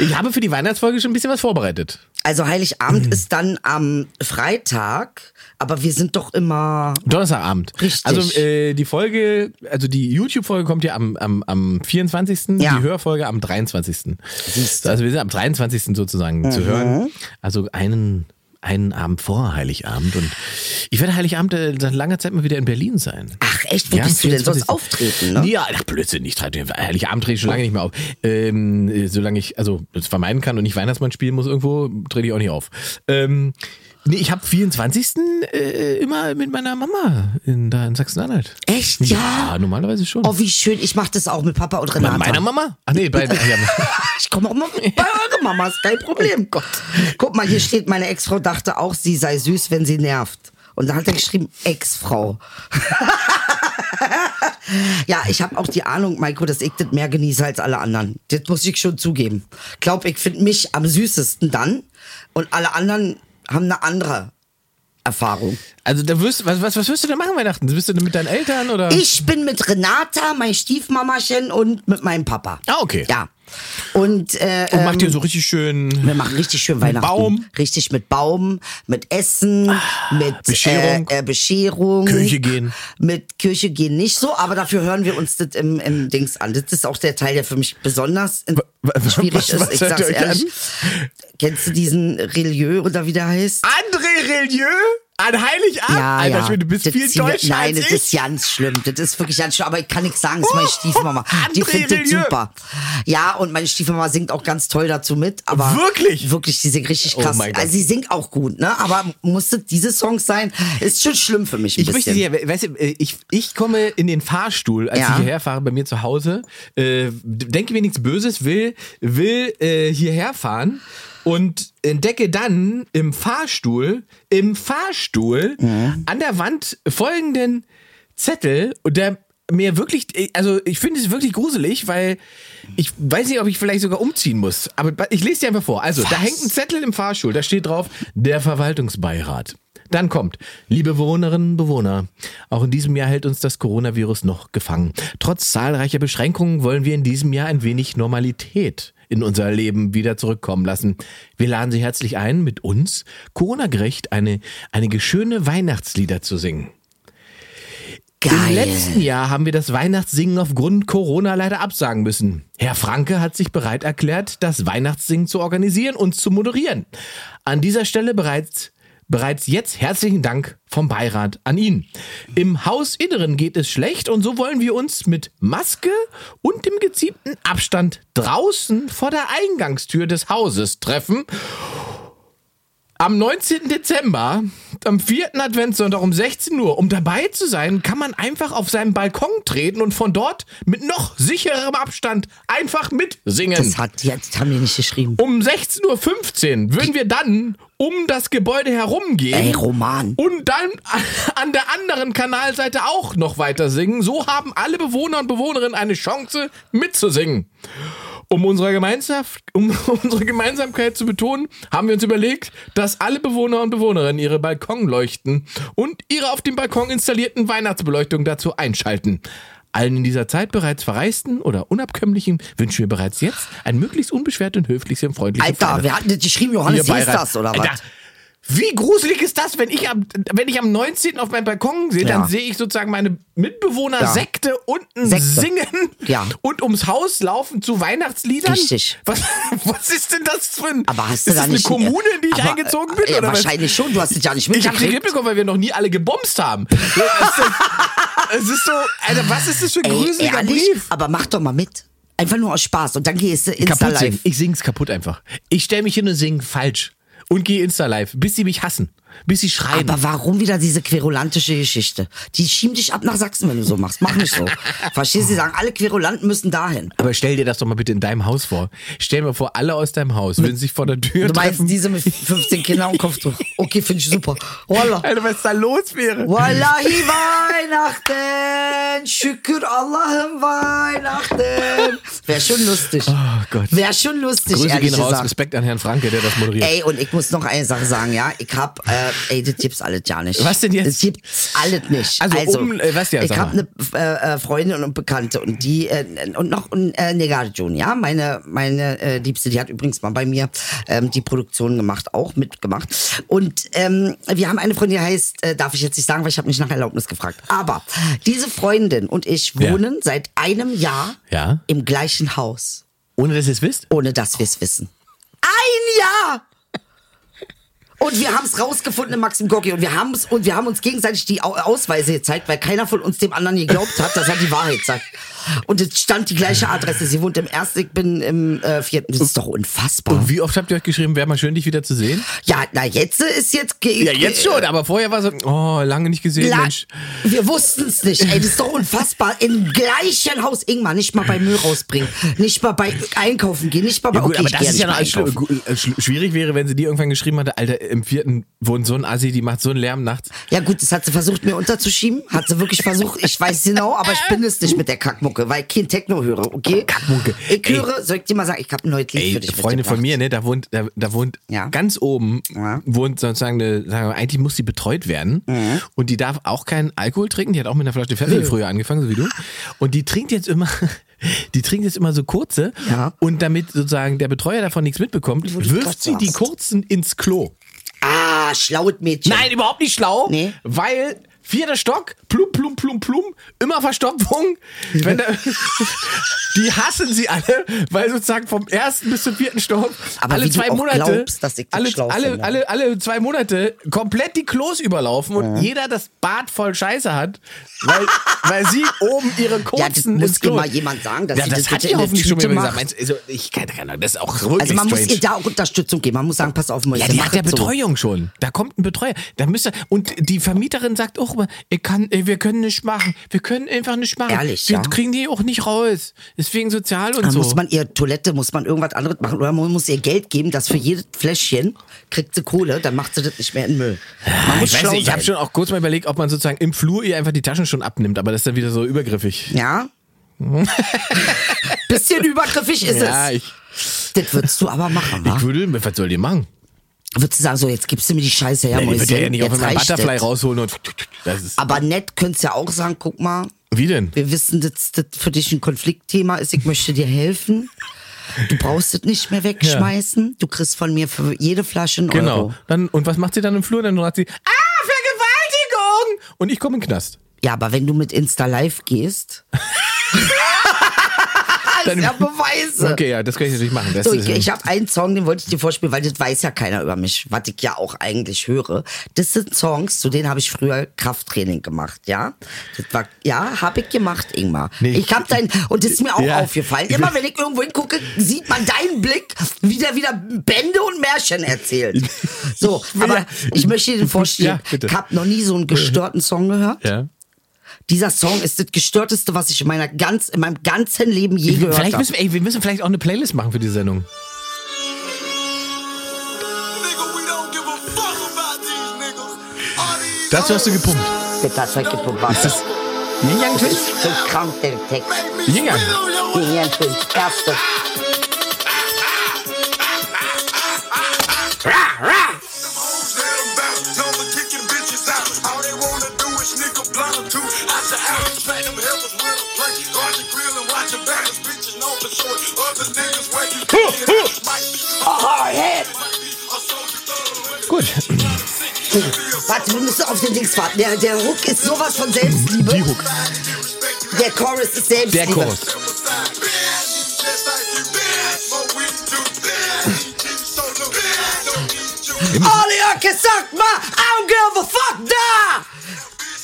[SPEAKER 2] Ich habe für die Weihnachtsfolge schon ein bisschen was vorbereitet.
[SPEAKER 4] Also
[SPEAKER 2] Mhm.
[SPEAKER 4] Heiligabend ist dann am Freitag, aber wir sind doch immer.
[SPEAKER 2] Donnerstagabend.
[SPEAKER 4] Richtig.
[SPEAKER 2] Also äh, die Folge, also die YouTube-Folge kommt ja am, am, am 24.,
[SPEAKER 4] Ja.
[SPEAKER 2] die Hörfolge am 23.
[SPEAKER 4] Siehst du. Mhm.
[SPEAKER 2] Also wir sind am 23. sozusagen zu hören. Also einen, einen Abend vor Heiligabend. Und ich werde Heiligabend äh, seit langer Zeit mal wieder in Berlin sein.
[SPEAKER 4] Ach echt, wo
[SPEAKER 2] Ja, am
[SPEAKER 4] bist du denn
[SPEAKER 2] 24..
[SPEAKER 4] sonst auftreten? Ne?
[SPEAKER 2] Ja, ach Blödsinn, ich trete Heiligabend trete ich schon lange nicht mehr auf. Ähm, äh, solange ich also es vermeiden kann und nicht Weihnachtsmann spielen muss irgendwo, trete ich auch nicht auf. Ähm, nee, ich habe 24. Äh, immer mit meiner Mama in, da in Sachsen-Anhalt.
[SPEAKER 4] Echt, ja?
[SPEAKER 2] Ja, normalerweise schon.
[SPEAKER 4] Oh, wie schön. Ich mache das auch mit Papa und
[SPEAKER 2] Bei
[SPEAKER 4] Renata.
[SPEAKER 2] meiner Mama? Ach nee, bei ja.
[SPEAKER 4] Ich komme auch mal bei eurer Mama, ist kein
[SPEAKER 2] Oh
[SPEAKER 4] Problem. Gott. Guck mal, hier steht, meine Ex-Frau dachte auch, sie sei süß, wenn sie nervt. Und da hat er geschrieben, Ex-Frau. ja, ich habe auch die Ahnung, Maiko, dass ich das mehr genieße als alle anderen. Das muss ich schon zugeben. Glaub, ich finde mich am süßesten dann und alle anderen haben eine andere Erfahrung.
[SPEAKER 2] Also da wirst, was, was, was wirst du denn machen Weihnachten? Bist du denn mit deinen Eltern oder?
[SPEAKER 4] Ich bin mit Renata, mein Stiefmamachen und mit meinem Papa.
[SPEAKER 2] Ah, okay.
[SPEAKER 4] Ja. ne, Und, äh,
[SPEAKER 2] Und macht ihr so richtig schön.
[SPEAKER 4] Wir machen richtig schön Weihnachten.
[SPEAKER 2] Baum.
[SPEAKER 4] Richtig mit Baum, mit Essen, mit
[SPEAKER 2] Bescherung.
[SPEAKER 4] Äh, äh, Bescherung.
[SPEAKER 2] Kirche gehen.
[SPEAKER 4] Mit Kirche gehen nicht so, aber dafür hören wir uns das im, im Dings an. Das ist auch der Teil, der für mich besonders in-
[SPEAKER 2] wa- wa-
[SPEAKER 4] schwierig
[SPEAKER 2] was-
[SPEAKER 4] ist.
[SPEAKER 2] was
[SPEAKER 4] ich
[SPEAKER 2] hört
[SPEAKER 4] sag's
[SPEAKER 2] ihr euch
[SPEAKER 4] ehrlich.
[SPEAKER 2] an?
[SPEAKER 4] Kennst du diesen Relieu oder wie der heißt?
[SPEAKER 2] André Relieu an Heiligabend? Alter, Schwede, du bist
[SPEAKER 4] Das
[SPEAKER 2] viel
[SPEAKER 4] ziehen wir-
[SPEAKER 2] deutscher als
[SPEAKER 4] Nein, das
[SPEAKER 2] ich. Oh,
[SPEAKER 4] ist ganz schlimm. Das ist wirklich ganz schlimm. Aber ich kann nichts sagen. Das ist meine Stiefmama. Die
[SPEAKER 2] André
[SPEAKER 4] findet das
[SPEAKER 2] Rieu.
[SPEAKER 4] super. Ja, und meine Stiefmama singt auch ganz toll dazu mit. Aber
[SPEAKER 2] Wirklich? Oh
[SPEAKER 4] Wirklich, die singt richtig krass.
[SPEAKER 2] mein Gott.
[SPEAKER 4] also sie singt auch gut, ne? Aber musste diese Songs sein? Ist schon schlimm für mich ein
[SPEAKER 2] Ich möchte
[SPEAKER 4] bisschen.
[SPEAKER 2] dir, weißt du, äh, ich, ich komme in den Fahrstuhl, als
[SPEAKER 4] Ja.
[SPEAKER 2] ich hierher fahre bei mir zu Hause, äh, denke mir nichts Böses, will, will äh, hierher fahren und entdecke dann im Fahrstuhl, im Fahrstuhl
[SPEAKER 4] Mhm.
[SPEAKER 2] an der Wand folgenden Zettel, und der mir wirklich, also ich finde es wirklich gruselig, weil ich weiß nicht, ob ich vielleicht sogar umziehen muss. Aber ich lese dir einfach vor. Also, da hängt ein Zettel im Fahrstuhl, da steht drauf, der Verwaltungsbeirat. Dann kommt, liebe Bewohnerinnen und Bewohner, auch in diesem Jahr hält uns das Coronavirus noch gefangen. Trotz zahlreicher Beschränkungen wollen wir in diesem Jahr ein wenig Normalität in unser Leben wieder zurückkommen lassen. Wir laden Sie herzlich ein, mit uns Corona-gerecht eine, einige schöne Weihnachtslieder zu singen. Im letzten Jahr haben wir das Weihnachtssingen aufgrund Corona leider absagen müssen. Herr Franke hat sich bereit erklärt, das Weihnachtssingen zu organisieren und zu moderieren. An dieser Stelle bereits bereits jetzt herzlichen Dank vom Beirat an ihn. Im Hausinneren geht es schlecht und so wollen wir uns mit Maske und dem gezielten Abstand draußen vor der Eingangstür des Hauses treffen am 19. Dezember, am vierten Adventssonntag um 16 Uhr, um dabei zu sein, kann man einfach auf seinen Balkon treten und von dort mit noch sichererem Abstand einfach mitsingen.
[SPEAKER 4] Das hat, die, das haben die nicht geschrieben.
[SPEAKER 2] Um 16.15 Uhr würden wir dann um das Gebäude herumgehen.
[SPEAKER 4] Ey, Roman.
[SPEAKER 2] Und dann an der anderen Kanalseite auch noch weiter singen. So haben alle Bewohner und Bewohnerinnen eine Chance mitzusingen. Um unsere, Gemeinschaft, um unsere Gemeinsamkeit zu betonen, haben wir uns überlegt, dass alle Bewohner und Bewohnerinnen ihre Balkonleuchten und ihre auf dem Balkon installierten Weihnachtsbeleuchtung dazu einschalten. Allen in dieser Zeit bereits Verreisten oder Unabkömmlichen wünschen wir bereits jetzt ein möglichst unbeschwertes und höfliches und freundliches
[SPEAKER 4] Alter,
[SPEAKER 2] Feiern.
[SPEAKER 4] wer hat das geschrieben? Johannes
[SPEAKER 2] Ihr
[SPEAKER 4] hieß
[SPEAKER 2] Beirat.
[SPEAKER 4] das, oder
[SPEAKER 2] Alter,
[SPEAKER 4] was?
[SPEAKER 2] Wie gruselig ist das, wenn ich am, wenn ich am 19. auf meinem Balkon sehe,
[SPEAKER 4] Ja.
[SPEAKER 2] dann sehe ich sozusagen meine Mitbewohner
[SPEAKER 4] Ja.
[SPEAKER 2] Sekte unten
[SPEAKER 4] Sekte.
[SPEAKER 2] singen
[SPEAKER 4] Ja.
[SPEAKER 2] und ums Haus laufen zu Weihnachtsliedern?
[SPEAKER 4] Richtig.
[SPEAKER 2] Was, was ist denn das für ein...
[SPEAKER 4] Aber hast du
[SPEAKER 2] ist
[SPEAKER 4] da
[SPEAKER 2] das
[SPEAKER 4] nicht
[SPEAKER 2] eine Kommune, in die ich
[SPEAKER 4] aber,
[SPEAKER 2] eingezogen bin?
[SPEAKER 4] Ja,
[SPEAKER 2] oder was?
[SPEAKER 4] wahrscheinlich schon. Du hast es ja
[SPEAKER 2] Ich
[SPEAKER 4] nicht
[SPEAKER 2] habe nicht
[SPEAKER 4] mitgekriegt.
[SPEAKER 2] mitbekommen, weil wir noch nie alle gebomst haben. Also, es ist so, Alter, was ist das für ein
[SPEAKER 4] Ey,
[SPEAKER 2] gruseliger
[SPEAKER 4] ehrlich,
[SPEAKER 2] Brief?
[SPEAKER 4] aber mach doch mal mit. Einfach nur aus Spaß und dann gehst du Insta
[SPEAKER 2] kaputt singen.
[SPEAKER 4] live.
[SPEAKER 2] Ich sing's kaputt einfach. Ich stell mich hin und sing falsch. Und gehe Insta-Live, bis sie mich hassen. Bis sie schreien.
[SPEAKER 4] Aber warum wieder diese querulantische Geschichte? Die schieben dich ab nach Sachsen, wenn du so machst. Mach nicht so. Verstehst du? Sie sagen, alle Querulanten müssen dahin.
[SPEAKER 2] Aber stell dir das doch mal bitte in deinem Haus vor. Stell mir vor, alle aus deinem Haus würden sich vor der Tür
[SPEAKER 4] Du meinst
[SPEAKER 2] treffen.
[SPEAKER 4] diese mit 15 Kindern und Kopftuch. Okay, finde ich super. Wallah.
[SPEAKER 2] Alter, was da los wäre.
[SPEAKER 4] Wallahi Weihnachten, Schükür Allah'ım Weihnachten. Wäre schon lustig.
[SPEAKER 2] Oh Gott.
[SPEAKER 4] Wäre schon lustig,
[SPEAKER 2] Grüße
[SPEAKER 4] ehrlich
[SPEAKER 2] gehen raus.
[SPEAKER 4] gesagt.
[SPEAKER 2] Respekt an Herrn Franke, der das moderiert.
[SPEAKER 4] Ey, und ich muss noch eine Sache sagen, ja. Ich hab, äh, ey, das gibt's alles ja nicht.
[SPEAKER 2] Was denn jetzt?
[SPEAKER 4] Das gibt's alles nicht.
[SPEAKER 2] Also, um, äh, was ja,
[SPEAKER 4] Ich
[SPEAKER 2] sag
[SPEAKER 4] hab
[SPEAKER 2] mal.
[SPEAKER 4] eine äh, äh, Freundin und Bekannte und die, äh, und noch ein äh, Negar June, ja. Meine, meine äh, Liebste, die hat übrigens mal bei mir ähm, die Produktion gemacht, auch mitgemacht. Und ähm, wir haben eine Freundin, die heißt, äh, darf ich jetzt nicht sagen, weil ich habe nicht nach Erlaubnis gefragt. Aber diese Freundin und ich
[SPEAKER 2] Ja.
[SPEAKER 4] wohnen seit einem Jahr
[SPEAKER 2] Ja.
[SPEAKER 4] im gleichen Haus,
[SPEAKER 2] Ohne dass ihr es wisst?
[SPEAKER 4] ohne dass wir es wissen. Ein Jahr! Und wir haben es rausgefunden im Maxim Gorki und wir haben es und wir haben uns gegenseitig die Au- Ausweise gezeigt, weil keiner von uns dem anderen geglaubt hat, dass er die Wahrheit sagt. Und es stand die gleiche Adresse. Sie wohnt im ersten, ich bin im äh, vierten. Das ist doch unfassbar.
[SPEAKER 2] Wie oft habt ihr euch geschrieben, wäre mal schön, dich wieder zu sehen?
[SPEAKER 4] Ja, na jetzt ist jetzt. ge-
[SPEAKER 2] Ja, jetzt schon, aber vorher war so, oh, lange nicht gesehen,
[SPEAKER 4] La-
[SPEAKER 2] Mensch.
[SPEAKER 4] Wir wussten es nicht. Ey, das ist doch unfassbar. Im gleichen Haus Ingmar, nicht mal bei Müll rausbringen, nicht mal bei Einkaufen gehen, nicht mal bei.
[SPEAKER 2] Ja, gut,
[SPEAKER 4] okay,
[SPEAKER 2] aber
[SPEAKER 4] ich
[SPEAKER 2] das
[SPEAKER 4] geh
[SPEAKER 2] ist ja noch
[SPEAKER 4] nicht
[SPEAKER 2] alles
[SPEAKER 4] mal
[SPEAKER 2] schlimm.
[SPEAKER 4] einkaufen.
[SPEAKER 2] Gut, äh, schl- Schwierig wäre, wenn sie dir irgendwann geschrieben hatte, Alter, im vierten wohnt so ein Assi, die macht so einen Lärm nachts.
[SPEAKER 4] Ja gut, das hat sie versucht, mir unterzuschieben. Hat sie wirklich versucht. Ich weiß genau, aber ich bin es nicht mit der Kackmucke, weil ich kein Techno höre, okay?
[SPEAKER 2] Kackmucke.
[SPEAKER 4] Ich
[SPEAKER 2] Ey.
[SPEAKER 4] höre, soll ich dir mal sagen, ich habe ein neues Lied
[SPEAKER 2] Ey,
[SPEAKER 4] für dich
[SPEAKER 2] Freunde von
[SPEAKER 4] mitgebracht.
[SPEAKER 2] mir, ne, da wohnt, da, da wohnt
[SPEAKER 4] Ja.
[SPEAKER 2] ganz oben
[SPEAKER 4] Ja. Mhm.
[SPEAKER 2] wohnt sozusagen eine, sagen wir, mal, eigentlich muss sie betreut werden und die darf auch keinen Alkohol trinken. Die hat auch mit einer Flasche
[SPEAKER 4] Äh.
[SPEAKER 2] Pfeffer früher angefangen, so wie du. Und die trinkt jetzt immer, die trinkt jetzt immer so kurze
[SPEAKER 4] Ja.
[SPEAKER 2] und damit sozusagen der Betreuer davon nichts mitbekommt,
[SPEAKER 4] Wo du
[SPEAKER 2] wirft
[SPEAKER 4] Kotze
[SPEAKER 2] sie die
[SPEAKER 4] hast.
[SPEAKER 2] kurzen ins Klo.
[SPEAKER 4] Ah, schlaues Mädchen.
[SPEAKER 2] Nein, überhaupt nicht schlau,
[SPEAKER 4] Nee.
[SPEAKER 2] weil vierter Stock, plum, plum, plum, plum, immer Verstopfung. Wenn da, die hassen sie alle, weil sozusagen vom ersten bis zum vierten Stock
[SPEAKER 4] Aber
[SPEAKER 2] alle
[SPEAKER 4] wie du
[SPEAKER 2] zwei
[SPEAKER 4] auch
[SPEAKER 2] Monate,
[SPEAKER 4] glaubst, dass ich das
[SPEAKER 2] alle,
[SPEAKER 4] schlau
[SPEAKER 2] alle,
[SPEAKER 4] finde.
[SPEAKER 2] alle, alle zwei Monate komplett die Klos überlaufen und jeder das Bad voll Scheiße hat, weil, weil sie oben ihre kurzen
[SPEAKER 4] Ja, das muss
[SPEAKER 2] ins Klo.
[SPEAKER 4] dir mal jemand sagen, dass
[SPEAKER 2] ja,
[SPEAKER 4] sie
[SPEAKER 2] das,
[SPEAKER 4] das
[SPEAKER 2] hat
[SPEAKER 4] bitte
[SPEAKER 2] die
[SPEAKER 4] in der
[SPEAKER 2] hoffentlich schon mal
[SPEAKER 4] Tüte
[SPEAKER 2] gesagt.
[SPEAKER 4] macht.
[SPEAKER 2] Meinst, du, also, ich keine Ahnung, das ist auch wirklich
[SPEAKER 4] Also man
[SPEAKER 2] strange.
[SPEAKER 4] muss ihr da auch Unterstützung geben. Man muss sagen, pass auf, Mäuse,
[SPEAKER 2] Ja, die
[SPEAKER 4] macht
[SPEAKER 2] hat ja
[SPEAKER 4] das so.
[SPEAKER 2] Betreuung schon. Da kommt ein Betreuer. Da müsste und die Vermieterin sagt auch immer, ihr kann, äh, wir können nicht machen, wir können einfach nicht machen.
[SPEAKER 4] Ehrlich,
[SPEAKER 2] wir
[SPEAKER 4] ja?
[SPEAKER 2] kriegen die auch nicht raus. Deswegen sozial und
[SPEAKER 4] Dann
[SPEAKER 2] so.
[SPEAKER 4] muss man ihr Toilette, muss man irgendwas anderes machen oder man muss ihr Geld geben, dass für jedes Fläschchen kriegt sie Kohle, dann macht sie das nicht mehr in den Müll. Man muss
[SPEAKER 2] Ah, ich weiß
[SPEAKER 4] schlau
[SPEAKER 2] nicht, ich habe
[SPEAKER 4] sein.
[SPEAKER 2] schon auch kurz mal überlegt, ob man sozusagen im Flur ihr einfach die Taschen schon abnimmt, aber das ist dann wieder so übergriffig.
[SPEAKER 4] Ja? Bisschen übergriffig ist
[SPEAKER 2] Ja,
[SPEAKER 4] es.
[SPEAKER 2] ich,
[SPEAKER 4] Das würdest du aber machen, wa?
[SPEAKER 2] ich würde, was soll die machen?
[SPEAKER 4] Würdest du sagen, so, jetzt gibst du mir die Scheiße her,
[SPEAKER 2] Ja, die
[SPEAKER 4] Mäuschen.
[SPEAKER 2] wird ja eh nicht auf
[SPEAKER 4] jetzt
[SPEAKER 2] einmal
[SPEAKER 4] reicht
[SPEAKER 2] Butterfly
[SPEAKER 4] das.
[SPEAKER 2] rausholen und das ist,
[SPEAKER 4] Aber nett könntest ja auch sagen, guck mal,
[SPEAKER 2] wie denn?
[SPEAKER 4] wir wissen, dass das für dich ein Konfliktthema ist, ich möchte dir helfen. Du brauchst es nicht mehr wegschmeißen. Du kriegst von mir für jede Flasche einen
[SPEAKER 2] Genau.
[SPEAKER 4] Euro.
[SPEAKER 2] Dann, und was macht sie dann im Flur? Dann sagt sie, ah, Vergewaltigung! Und ich komme in den Knast.
[SPEAKER 4] Ja, aber wenn du mit Insta Live gehst,
[SPEAKER 2] Dann,
[SPEAKER 4] ja Beweise.
[SPEAKER 2] Okay, ja, das kann ich natürlich machen. Das
[SPEAKER 4] So,
[SPEAKER 2] ist-
[SPEAKER 4] ich ich habe einen Song, den wollte ich dir vorspielen, weil das weiß ja keiner über mich, was ich ja auch eigentlich höre. Das sind Songs, zu denen habe ich früher Krafttraining gemacht, ja? Das war, ja, habe ich gemacht, Ingmar.
[SPEAKER 2] Nee.
[SPEAKER 4] Ich habe dein, und das ist mir auch
[SPEAKER 2] Ja.
[SPEAKER 4] aufgefallen, immer wenn ich irgendwo hingucke, sieht man deinen Blick, wie der wieder Bände und Märchen erzählt. So,
[SPEAKER 2] will
[SPEAKER 4] aber
[SPEAKER 2] ja-
[SPEAKER 4] ich möchte dir den vorstellen,
[SPEAKER 2] Ja, bitte.
[SPEAKER 4] ich habe noch nie so einen gestörten Song gehört.
[SPEAKER 2] Ja.
[SPEAKER 4] Dieser Song ist das gestörteste, was ich in, meiner ganz, in meinem ganzen Leben je gehört habe.
[SPEAKER 2] Vielleicht müssen wir, ey, wir müssen vielleicht auch eine Playlist machen für die Sendung. Das hast du gepumpt.
[SPEAKER 4] Das hat mich gepumpt.
[SPEAKER 2] Ist das Yin Yang Twins?
[SPEAKER 4] so krank, der Text.
[SPEAKER 2] Yin Yang.
[SPEAKER 4] Die Jämpel, erste.
[SPEAKER 2] Gut.
[SPEAKER 4] Warte, wir müssen auf den Dings warten. Der, der Hook ist sowas von Selbstliebe.
[SPEAKER 2] Die Hook.
[SPEAKER 4] Der Chorus ist
[SPEAKER 2] Der
[SPEAKER 4] Selbstliebe.
[SPEAKER 2] Chorus.
[SPEAKER 4] All ihr Jacke sagt mal, I don't give a fuck da!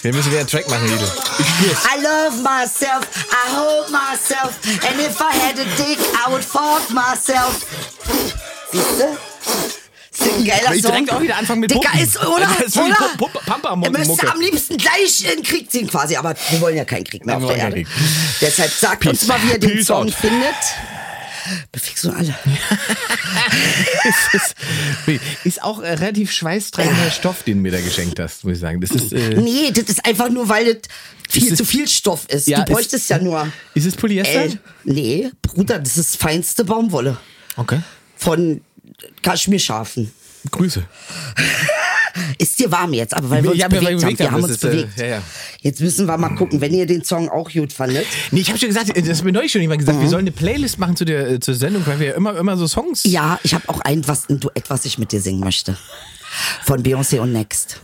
[SPEAKER 2] Wir müssen wieder einen Track machen, Lidl. Ich spür's.
[SPEAKER 4] I love myself, I hold myself, and if I had a dick, I would fuck myself. Siehst du? Ist ein geiler
[SPEAKER 2] Ich
[SPEAKER 4] Song.
[SPEAKER 2] direkt auch wieder anfangen mit
[SPEAKER 4] Dicker
[SPEAKER 2] Pumpen.
[SPEAKER 4] ist, oder?
[SPEAKER 2] Das ist wie
[SPEAKER 4] oder?
[SPEAKER 2] Pump- Pump- Pampa am
[SPEAKER 4] Er
[SPEAKER 2] Mund-
[SPEAKER 4] müsste
[SPEAKER 2] Mucke.
[SPEAKER 4] am liebsten gleich in den Krieg ziehen quasi, aber wir wollen ja keinen Krieg mehr
[SPEAKER 2] Wir
[SPEAKER 4] auf der
[SPEAKER 2] wollen keinen
[SPEAKER 4] Erde.
[SPEAKER 2] Krieg.
[SPEAKER 4] Deshalb sagt
[SPEAKER 2] Peace.
[SPEAKER 4] uns mal, wie ihr den
[SPEAKER 2] Peace
[SPEAKER 4] Song
[SPEAKER 2] out.
[SPEAKER 4] findet. Befickst du alle.
[SPEAKER 2] Es ist, ist auch äh, relativ schweißtreibender Stoff, den du mir da geschenkt hast, muss ich sagen. Das ist, äh,
[SPEAKER 4] Nee, das ist einfach nur, weil das viel
[SPEAKER 2] es-
[SPEAKER 4] zu viel Stoff ist.
[SPEAKER 2] Ja,
[SPEAKER 4] du bräuchtest
[SPEAKER 2] ist-
[SPEAKER 4] ja nur.
[SPEAKER 2] ist es Polyester?
[SPEAKER 4] Ey, nee, Bruder, das ist feinste Baumwolle
[SPEAKER 2] Okay.
[SPEAKER 4] von Kaschmirschafen.
[SPEAKER 2] Grüße.
[SPEAKER 4] Ist dir warm jetzt, aber weil wir uns
[SPEAKER 2] Ja, wir-
[SPEAKER 4] bewegt,
[SPEAKER 2] weil wir bewegt
[SPEAKER 4] haben.
[SPEAKER 2] haben,
[SPEAKER 4] Wir haben
[SPEAKER 2] das ist,
[SPEAKER 4] uns
[SPEAKER 2] äh,
[SPEAKER 4] bewegt.
[SPEAKER 2] ja, ja.
[SPEAKER 4] Jetzt müssen wir mal gucken, wenn ihr den Song auch gut fandet.
[SPEAKER 2] Nee, ich habe schon gesagt, das hat mir neulich schon jemand gesagt,
[SPEAKER 4] Mhm.
[SPEAKER 2] wir sollen eine Playlist machen zu der äh, zur Sendung, weil wir ja immer, immer so Songs.
[SPEAKER 4] Ja, ich habe auch ein, was, ein Duett, was ich mit dir singen möchte. Von Beyoncé und Next.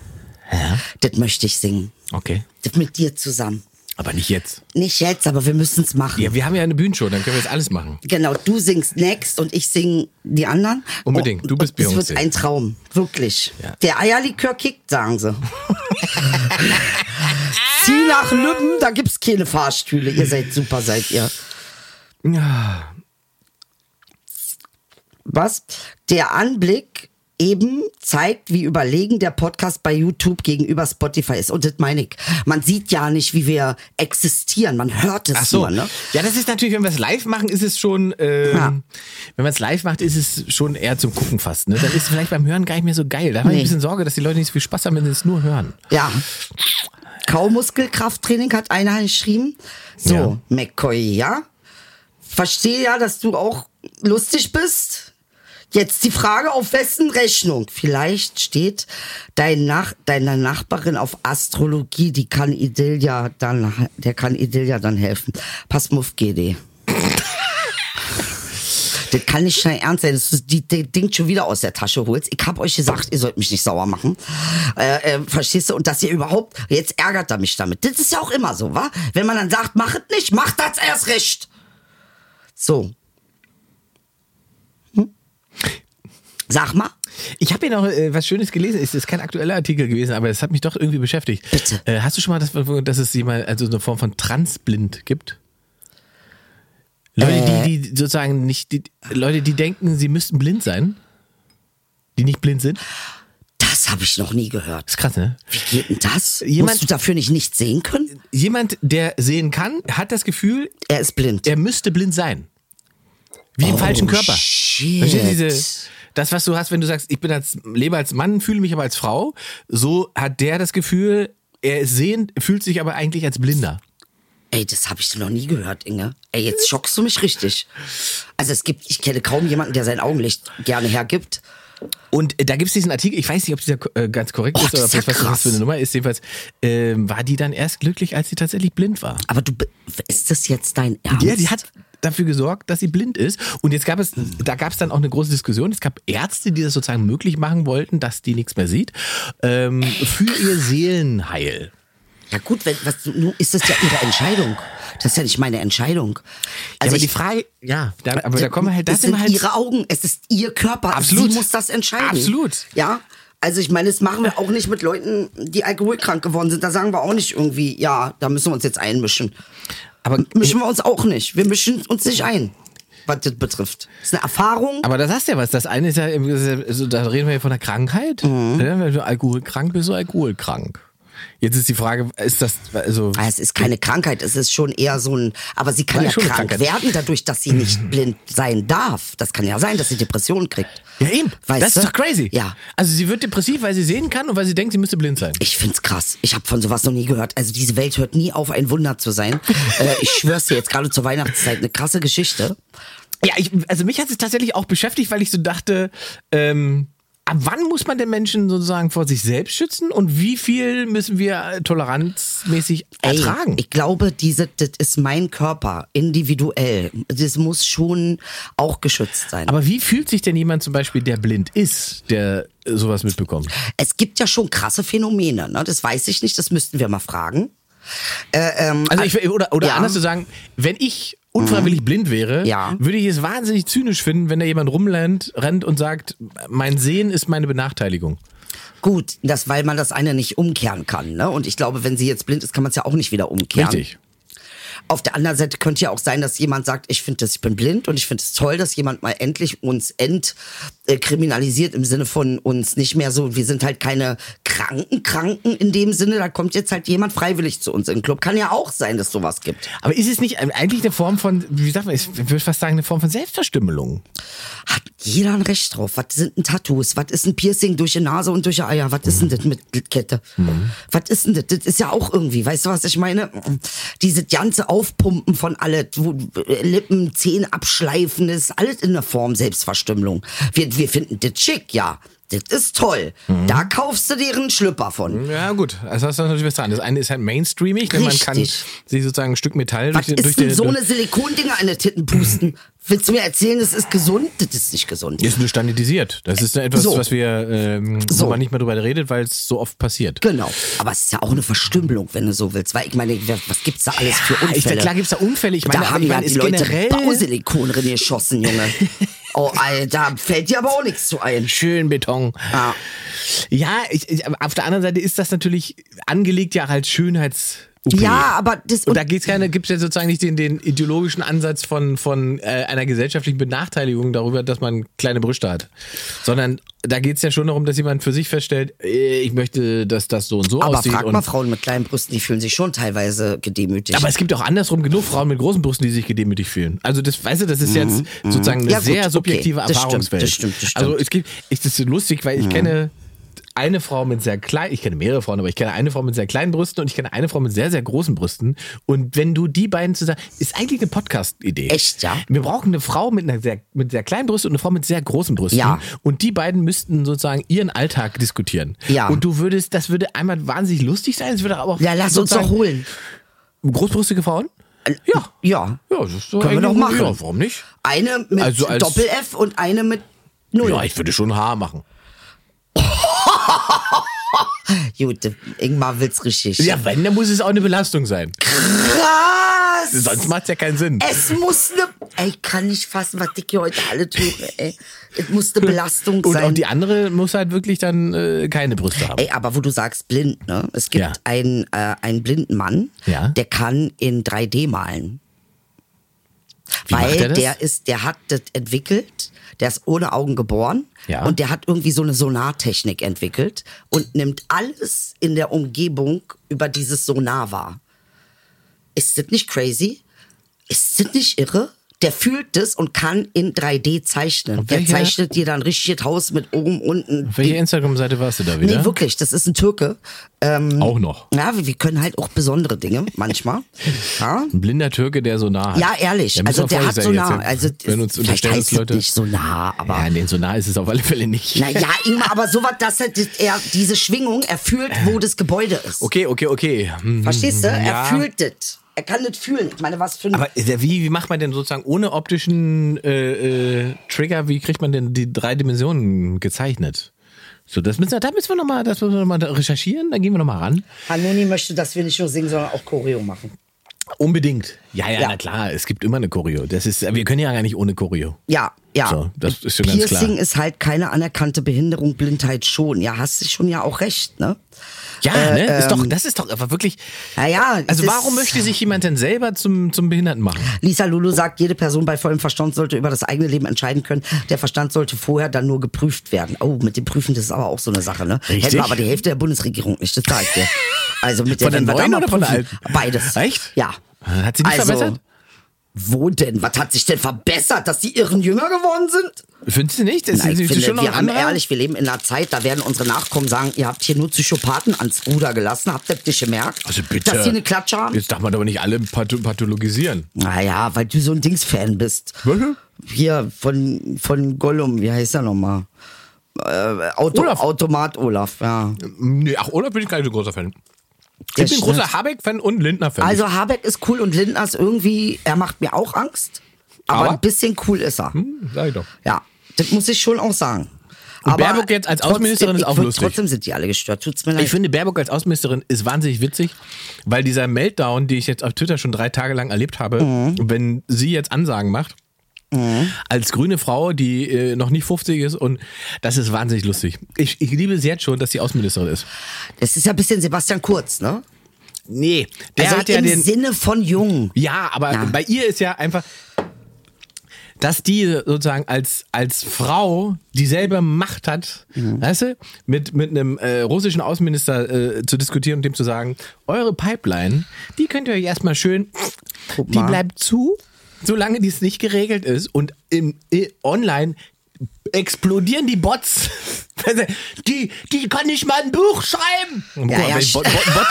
[SPEAKER 4] Das möchte ich singen.
[SPEAKER 2] Okay.
[SPEAKER 4] Das mit dir zusammen.
[SPEAKER 2] Aber nicht jetzt.
[SPEAKER 4] Nicht jetzt, aber wir müssen es machen.
[SPEAKER 2] Ja, wir haben ja eine Bühnenshow, dann können wir jetzt alles machen.
[SPEAKER 4] Genau, du singst Next und ich sing die anderen. Oh,
[SPEAKER 2] Unbedingt, du bist
[SPEAKER 4] Es
[SPEAKER 2] Beyoncé.
[SPEAKER 4] wird ein Traum, wirklich.
[SPEAKER 2] Ja.
[SPEAKER 4] Der Eierlikör kickt, sagen sie. Zieh nach Lübben, da gibt's keine Fahrstühle. Ihr seid super, seid ihr.
[SPEAKER 2] Ja.
[SPEAKER 4] Was? Der Anblick eben zeigt, wie überlegen der Podcast bei YouTube gegenüber Spotify ist. Und das meine ich. Man sieht ja nicht, wie wir existieren. Man hört es
[SPEAKER 2] Ach so.
[SPEAKER 4] nur, ne?
[SPEAKER 2] Ja, das ist natürlich, wenn wir es live machen, ist es schon, ähm,
[SPEAKER 4] Ja.
[SPEAKER 2] wenn man es live macht, ist es schon eher zum Gucken fast. Ne? Dann ist es vielleicht beim Hören gar nicht mehr so geil. Da habe ich
[SPEAKER 4] Nee.
[SPEAKER 2] ein bisschen Sorge, dass die Leute nicht so viel Spaß haben, wenn sie es nur hören.
[SPEAKER 4] Ja. Kaumuskelkrafttraining hat einer geschrieben. So, ja. McCoy, ja? Verstehe ja, dass du auch lustig bist. Jetzt die Frage, auf wessen Rechnung? Vielleicht steht dein Nach deiner Nachbarin auf Astrologie, die kann Idilia dann, der kann Idilia dann helfen. Pass auf, GD. Das kann nicht schnell ernst sein, dass du die, die Ding schon wieder aus der Tasche holst. Ich hab euch gesagt, ihr sollt mich nicht sauer machen. Äh, äh, verstehst du? Und dass ihr überhaupt, jetzt ärgert er mich damit. Das ist ja auch immer so, wa? Wenn man dann sagt, mach es nicht, macht das erst recht. So. Hm? Sag mal.
[SPEAKER 2] Ich habe hier noch äh, was Schönes gelesen. Es ist kein aktueller Artikel gewesen, aber es hat mich doch irgendwie beschäftigt.
[SPEAKER 4] Bitte.
[SPEAKER 2] Äh, hast du schon mal, das, dass es jemand, also eine Form von transblind gibt?
[SPEAKER 4] Äh.
[SPEAKER 2] Leute, die, die sozusagen nicht, die, Leute, die denken, sie müssten blind sein, die nicht blind sind.
[SPEAKER 4] Das habe ich noch nie gehört.
[SPEAKER 2] Das ist krass, ne?
[SPEAKER 4] Wie geht denn das? Jemand, Musst du dafür nicht nicht sehen können?
[SPEAKER 2] Jemand, der sehen kann, hat das Gefühl,
[SPEAKER 4] er ist blind.
[SPEAKER 2] Er müsste blind sein. Wie im
[SPEAKER 4] Oh,
[SPEAKER 2] falschen Körper.
[SPEAKER 4] shit.
[SPEAKER 2] Verstehst du diese, das, was du hast, wenn du sagst, ich bin als, lebe als Mann, fühle mich aber als Frau, so hat der das Gefühl, er ist sehend, fühlt sich aber eigentlich als Blinder.
[SPEAKER 4] Ey, das habe ich noch nie gehört, Inge. Ey, jetzt schockst du mich richtig. Also es gibt, ich kenne kaum jemanden, der sein Augenlicht gerne hergibt.
[SPEAKER 2] Und äh, da gibt es diesen Artikel, ich weiß nicht, ob dieser äh, ganz korrekt
[SPEAKER 4] Oh,
[SPEAKER 2] ist oder
[SPEAKER 4] das
[SPEAKER 2] ob das,
[SPEAKER 4] ist ja
[SPEAKER 2] was das
[SPEAKER 4] krass.
[SPEAKER 2] für eine Nummer ist. Jedenfalls ähm, war die dann erst glücklich, als sie tatsächlich blind war.
[SPEAKER 4] Aber du, be- ist das jetzt dein Ernst?
[SPEAKER 2] Ja, die hat dafür gesorgt, dass sie blind ist. Und jetzt gab es, da gab es dann auch eine große Diskussion. Es gab Ärzte, die das sozusagen möglich machen wollten, dass die nichts mehr sieht, ähm, für ihr Seelenheil.
[SPEAKER 4] Ja gut, wenn, was, nun ist das ja ihre Entscheidung. Das ist ja nicht meine Entscheidung.
[SPEAKER 2] Ja, aber
[SPEAKER 4] Also ich- Äh,
[SPEAKER 2] die Frage, ja, da, aber da kommen wir halt, das
[SPEAKER 4] sind
[SPEAKER 2] sind halt,
[SPEAKER 4] ihre Augen, es ist ihr Körper.
[SPEAKER 2] Absolut.
[SPEAKER 4] Sie muss das entscheiden.
[SPEAKER 2] Absolut.
[SPEAKER 4] Ja. Also ich meine, das machen wir auch nicht mit Leuten, die alkoholkrank geworden sind. Da sagen wir auch nicht irgendwie, ja, da müssen wir uns jetzt einmischen.
[SPEAKER 2] aber,
[SPEAKER 4] Mischen wir uns auch nicht. Wir mischen uns nicht ein, was das betrifft. Das ist eine Erfahrung.
[SPEAKER 2] aber das hast ja was. Das eine ist ja, eben, das ist ja- so, da reden wir ja von einer Krankheit.
[SPEAKER 4] Mhm.
[SPEAKER 2] Ja, wenn du alkoholkrank bist, so alkoholkrank. Jetzt ist die Frage, ist das, also,
[SPEAKER 4] Ah, Es ist keine Krankheit, es ist schon eher so ein, aber sie kann
[SPEAKER 2] Ja,
[SPEAKER 4] ja
[SPEAKER 2] schon eine
[SPEAKER 4] krank
[SPEAKER 2] Krankheit.
[SPEAKER 4] werden, dadurch, dass sie nicht blind sein darf. Das kann ja sein, dass sie Depressionen kriegt.
[SPEAKER 2] ja eben,
[SPEAKER 4] Weißt
[SPEAKER 2] das
[SPEAKER 4] du?
[SPEAKER 2] ist doch crazy.
[SPEAKER 4] Ja.
[SPEAKER 2] Also sie wird depressiv, weil sie sehen kann und weil sie denkt, sie müsste blind sein.
[SPEAKER 4] Ich find's krass. Ich habe von sowas noch nie gehört. Also diese Welt hört nie auf, ein Wunder zu sein. äh, ich schwör's dir jetzt gerade zur Weihnachtszeit eine krasse Geschichte.
[SPEAKER 2] Ja, ich, also mich hat es tatsächlich auch beschäftigt, weil ich so dachte, ähm, ab wann muss man den Menschen sozusagen vor sich selbst schützen und wie viel müssen wir toleranzmäßig
[SPEAKER 4] Ey,
[SPEAKER 2] ertragen?
[SPEAKER 4] Ich glaube, diese, das ist mein Körper, individuell. Das muss schon auch geschützt sein.
[SPEAKER 2] aber wie fühlt sich denn jemand zum Beispiel, der blind ist, der äh, sowas mitbekommt?
[SPEAKER 4] es gibt ja schon krasse Phänomene, ne? Das weiß ich nicht, das müssten wir mal fragen.
[SPEAKER 2] Also ich, oder oder
[SPEAKER 4] Ja.
[SPEAKER 2] anders zu sagen, wenn ich unfreiwillig blind wäre,
[SPEAKER 4] Ja.
[SPEAKER 2] würde ich es wahnsinnig zynisch finden, wenn da jemand rumrennt rennt und sagt, mein Sehen ist meine Benachteiligung.
[SPEAKER 4] Gut, das, weil man das eine nicht umkehren kann, ne? Und ich glaube, wenn sie jetzt blind ist, kann man es ja auch nicht wieder umkehren.
[SPEAKER 2] Richtig.
[SPEAKER 4] Auf der anderen Seite könnte ja auch sein, dass jemand sagt, ich finde das, ich bin blind und ich finde es toll, dass jemand mal endlich uns entkriminalisiert im Sinne von uns nicht mehr so, wir sind halt keine Kranken, Kranken in dem Sinne, da kommt jetzt halt jemand freiwillig zu uns in den Club. Kann ja auch sein, dass sowas gibt.
[SPEAKER 2] Aber ist es nicht eigentlich eine Form von, wie sagt man, ich würde fast sagen, eine Form von Selbstverstümmelung?
[SPEAKER 4] Hat jeder ein Recht drauf? Was sind denn Tattoos? Was ist ein Piercing durch die Nase und durch die Eier? Was ist denn das mit Kette? Was ist denn das? Das ist ja auch irgendwie, weißt du, was ich meine? Diese ganze Aufpumpen von alles, wo Lippen, Zehen abschleifen, das ist alles in der Form Selbstverstümmelung. Wir, wir finden das schick, ja. Das ist toll. Da kaufst du deren Schlüpper von.
[SPEAKER 2] Ja, gut. Also das ist natürlich was dran. Das eine ist halt mainstreamig, denn man kann sich
[SPEAKER 4] Richtig.
[SPEAKER 2] sozusagen ein Stück Metall
[SPEAKER 4] Was
[SPEAKER 2] durch, den- durch
[SPEAKER 4] ist denn
[SPEAKER 2] den.
[SPEAKER 4] so eine Silikondinger an den Titten pusten? Willst du mir erzählen, das ist gesund? Das ist nicht gesund.
[SPEAKER 2] ist nur standardisiert. Das ist etwas,
[SPEAKER 4] So.
[SPEAKER 2] was wir, ähm, wo
[SPEAKER 4] So.
[SPEAKER 2] man nicht mehr drüber redet, weil es so oft passiert.
[SPEAKER 4] Genau. Aber es ist ja auch eine Verstümmelung, wenn du so willst. Weil ich meine, wer- was gibt's da alles für Unfälle?
[SPEAKER 2] ich- klar gibt's da Unfälle. Ich meine,
[SPEAKER 4] da
[SPEAKER 2] aber
[SPEAKER 4] haben
[SPEAKER 2] ich
[SPEAKER 4] ja
[SPEAKER 2] meine,
[SPEAKER 4] die
[SPEAKER 2] ist
[SPEAKER 4] Leute
[SPEAKER 2] generell-
[SPEAKER 4] Bausilikon drin geschossen, Junge. oh, Alter, fällt dir aber auch nichts zu ein.
[SPEAKER 2] Schön Beton.
[SPEAKER 4] Ja.
[SPEAKER 2] Ja, ich, ich, aber auf der anderen Seite ist das natürlich angelegt ja als Schönheits-
[SPEAKER 4] Ja, aber das
[SPEAKER 2] Und da geht's keine, gibt's ja sozusagen nicht den, den ideologischen Ansatz von, von äh, einer gesellschaftlichen Benachteiligung darüber, dass man kleine Brüste hat. Sondern da geht's ja schon darum, dass jemand für sich feststellt, äh, ich möchte, dass das so und so
[SPEAKER 4] aber
[SPEAKER 2] aussieht.
[SPEAKER 4] frag
[SPEAKER 2] und
[SPEAKER 4] mal Frauen mit kleinen Brüsten, die fühlen sich schon teilweise gedemütigt.
[SPEAKER 2] aber es gibt auch andersrum genug Frauen mit großen Brüsten, die sich gedemütigt fühlen. Also das, weißt du, das ist jetzt sozusagen eine
[SPEAKER 4] Mhm. Ja, gut,
[SPEAKER 2] sehr
[SPEAKER 4] okay,
[SPEAKER 2] subjektive
[SPEAKER 4] das stimmt,
[SPEAKER 2] Erfahrungswelt.
[SPEAKER 4] das stimmt, Mhm. das stimmt.
[SPEAKER 2] Also es gibt, ich, das ist lustig, weil ich kenne eine Frau mit sehr klein, ich kenne mehrere Frauen, aber ich kenne eine Frau mit sehr kleinen Brüsten und ich kenne eine Frau mit sehr, sehr großen Brüsten. Und wenn du die beiden zusammen, ist eigentlich eine Podcast-Idee.
[SPEAKER 4] Echt, ja?
[SPEAKER 2] Wir brauchen eine Frau mit einer sehr, mit sehr kleinen Brüsten und eine Frau mit sehr großen Brüsten.
[SPEAKER 4] Ja.
[SPEAKER 2] Und die beiden müssten sozusagen ihren Alltag diskutieren.
[SPEAKER 4] Ja.
[SPEAKER 2] Und du würdest, das würde einmal wahnsinnig lustig sein, es würde aber auch.
[SPEAKER 4] Ja, lass uns doch
[SPEAKER 2] sozusagen-
[SPEAKER 4] holen.
[SPEAKER 2] Großbrüstige Frauen? Ja.
[SPEAKER 4] Ja.
[SPEAKER 2] Ja, das ist so
[SPEAKER 4] Können wir
[SPEAKER 2] eigentlich-
[SPEAKER 4] doch machen.
[SPEAKER 2] Ja, warum nicht?
[SPEAKER 4] Eine mit
[SPEAKER 2] Also als-
[SPEAKER 4] Doppel-F und eine mit Null.
[SPEAKER 2] Ja, ich würde schon Haar machen.
[SPEAKER 4] Gut, Ingmar will's richtig.
[SPEAKER 2] Ja, wenn, dann muss es auch eine Belastung sein.
[SPEAKER 4] Krass!
[SPEAKER 2] Sonst macht es ja keinen Sinn.
[SPEAKER 4] Es muss eine. Ey, ich kann nicht fassen, was ich hier heute alle tue, ey. Es muss eine Belastung
[SPEAKER 2] Und
[SPEAKER 4] sein.
[SPEAKER 2] auch die andere muss halt wirklich dann äh, keine Brüste haben.
[SPEAKER 4] Ey, aber wo du sagst blind, ne? Es gibt
[SPEAKER 2] Ja.
[SPEAKER 4] einen, äh, einen blinden Mann,
[SPEAKER 2] Ja.
[SPEAKER 4] der kann in 3D malen.
[SPEAKER 2] Wie
[SPEAKER 4] weil
[SPEAKER 2] macht der das?
[SPEAKER 4] der ist, der hat das entwickelt, der ist ohne Augen geboren
[SPEAKER 2] Ja.
[SPEAKER 4] und der hat irgendwie so eine Sonartechnik entwickelt und nimmt alles in der Umgebung über dieses Sonar wahr. Ist das nicht crazy? Ist das nicht irre? Der fühlt das und kann in 3D zeichnen. Der
[SPEAKER 2] welche-
[SPEAKER 4] zeichnet dir dann ein richtiges Haus mit oben, unten.
[SPEAKER 2] Auf welcher Instagram-Seite warst du da wieder?
[SPEAKER 4] Nee, wirklich, das ist ein Türke.
[SPEAKER 2] Auch noch.
[SPEAKER 4] Ja, wir wir können halt auch besondere Dinge manchmal. Ja,
[SPEAKER 2] Ein blinder Türke, der so nah hat.
[SPEAKER 4] ja ehrlich.
[SPEAKER 2] Da müssen
[SPEAKER 4] also
[SPEAKER 2] wir
[SPEAKER 4] der hat
[SPEAKER 2] vorsichtig
[SPEAKER 4] so nah.
[SPEAKER 2] sein
[SPEAKER 4] Also
[SPEAKER 2] jetzt. Wenn uns
[SPEAKER 4] vielleicht
[SPEAKER 2] unterstellen
[SPEAKER 4] heißt
[SPEAKER 2] uns
[SPEAKER 4] es
[SPEAKER 2] Leute.
[SPEAKER 4] nicht so nah, aber.
[SPEAKER 2] ja, nee, so nah ist es auf alle Fälle nicht.
[SPEAKER 4] Naja, Ingmar, aber sowas, dass er, er diese Schwingung, er fühlt, wo das Gebäude ist.
[SPEAKER 2] Okay, okay, okay. Hm.
[SPEAKER 4] Verstehst du?
[SPEAKER 2] Ja.
[SPEAKER 4] Er fühlt das. Er kann das fühlen. Ich meine, was für ein.
[SPEAKER 2] Aber wie, wie macht man denn sozusagen ohne optischen äh, äh, Trigger, wie kriegt man denn die drei Dimensionen gezeichnet? So, das müssen wir, da müssen wir nochmal, das müssen wir noch mal recherchieren, dann gehen wir nochmal ran.
[SPEAKER 4] Hanoni möchte, dass wir nicht nur singen, sondern auch Choreo machen.
[SPEAKER 2] Unbedingt. Ja, ja,
[SPEAKER 4] Ja.
[SPEAKER 2] na klar, es gibt immer eine Choreo. Das ist, wir können ja gar nicht ohne Choreo.
[SPEAKER 4] Ja, ja.
[SPEAKER 2] So, das ist schon ganz klar.
[SPEAKER 4] Piercing ist halt keine anerkannte Behinderung, Blindheit schon. Ja, hast du schon ja auch recht, ne?
[SPEAKER 2] Ja, ne? ist doch, das ist doch aber wirklich.
[SPEAKER 4] Naja,
[SPEAKER 2] Also
[SPEAKER 4] ähm, das-
[SPEAKER 2] warum möchte sich jemand denn selber zum, zum Behinderten machen?
[SPEAKER 4] Lisa Lulu sagt, jede Person bei vollem Verstand sollte über das eigene Leben entscheiden können. Der Verstand sollte vorher dann nur geprüft werden. Oh, mit dem Prüfen, das ist aber auch so eine Sache, ne?
[SPEAKER 2] Richtig.
[SPEAKER 4] Hätten wir aber die Hälfte der Bundesregierung nicht, das sag ich dir. Also mit der,
[SPEAKER 2] Von der
[SPEAKER 4] wenn wir da
[SPEAKER 2] neuen
[SPEAKER 4] mal
[SPEAKER 2] oder von der
[SPEAKER 4] prüfen-
[SPEAKER 2] alten?
[SPEAKER 4] Beides.
[SPEAKER 2] Echt?
[SPEAKER 4] Ja. Also,
[SPEAKER 2] Hat sie nicht verbessert?
[SPEAKER 4] Wo denn? Was hat sich denn verbessert, dass die Irren jünger geworden sind?
[SPEAKER 2] Findest du nicht? Das
[SPEAKER 4] Na, ich
[SPEAKER 2] ist
[SPEAKER 4] finde,
[SPEAKER 2] schon noch
[SPEAKER 4] wir
[SPEAKER 2] ein
[SPEAKER 4] haben
[SPEAKER 2] anderer.
[SPEAKER 4] ehrlich, wir leben in einer Zeit, da werden unsere Nachkommen sagen, ihr habt hier nur Psychopathen ans Ruder gelassen, habt ihr das nicht gemerkt?
[SPEAKER 2] also bitte.
[SPEAKER 4] Dass sie eine Klatsche haben?
[SPEAKER 2] Jetzt darf man aber nicht alle patho pathologisieren.
[SPEAKER 4] Naja, weil du so ein Dings-Fan bist.
[SPEAKER 2] Welche?
[SPEAKER 4] Hier, von, von Gollum, wie heißt er nochmal? Äh, Auto,
[SPEAKER 2] Olaf.
[SPEAKER 4] Automat Olaf, ja.
[SPEAKER 2] Nee, ach, Olaf bin ich gar nicht so großer Fan.
[SPEAKER 4] Der
[SPEAKER 2] Ich bin
[SPEAKER 4] Schnitt.
[SPEAKER 2] großer Habeck-Fan und Lindner-Fan.
[SPEAKER 4] Also Habeck ist cool und Lindner ist irgendwie, er macht mir auch Angst, aber,
[SPEAKER 2] Aber?
[SPEAKER 4] ein bisschen cool ist er.
[SPEAKER 2] Hm, sag ich doch.
[SPEAKER 4] Ja, das muss ich schon auch sagen.
[SPEAKER 2] Und Baerbock jetzt als Außenministerin ist
[SPEAKER 4] ich
[SPEAKER 2] auch
[SPEAKER 4] würd-
[SPEAKER 2] lustig.
[SPEAKER 4] Trotzdem sind die alle gestört, tut's mir leid.
[SPEAKER 2] Ich finde, Baerbock als Außenministerin ist wahnsinnig witzig, weil dieser Meltdown, die ich jetzt auf Twitter schon drei Tage lang erlebt habe, wenn sie jetzt Ansagen macht, als grüne Frau, die äh, noch nicht 50 ist und das ist wahnsinnig lustig. Ich, ich liebe es jetzt schon, dass sie Außenministerin ist.
[SPEAKER 4] das ist ja ein bisschen Sebastian Kurz, ne?
[SPEAKER 2] Nee, der
[SPEAKER 4] also
[SPEAKER 2] hat ja
[SPEAKER 4] im
[SPEAKER 2] den...
[SPEAKER 4] Sinne von jung.
[SPEAKER 2] Ja, aber
[SPEAKER 4] Ja.
[SPEAKER 2] bei ihr ist ja einfach, dass die sozusagen als, als Frau dieselbe Macht hat, weißt du, mit, mit einem äh, russischen Außenminister äh, zu diskutieren und dem zu sagen, eure Pipeline, die könnt ihr euch erstmal schön,
[SPEAKER 4] Guck
[SPEAKER 2] die
[SPEAKER 4] mal.
[SPEAKER 2] bleibt zu, solange dies nicht geregelt ist und im, äh, online explodieren die Bots. Also, Die, die kann nicht mal ein Buch schreiben.
[SPEAKER 4] Ja,
[SPEAKER 2] Guck mal,
[SPEAKER 4] ja,
[SPEAKER 2] wenn ich Bot, Bot, Bot,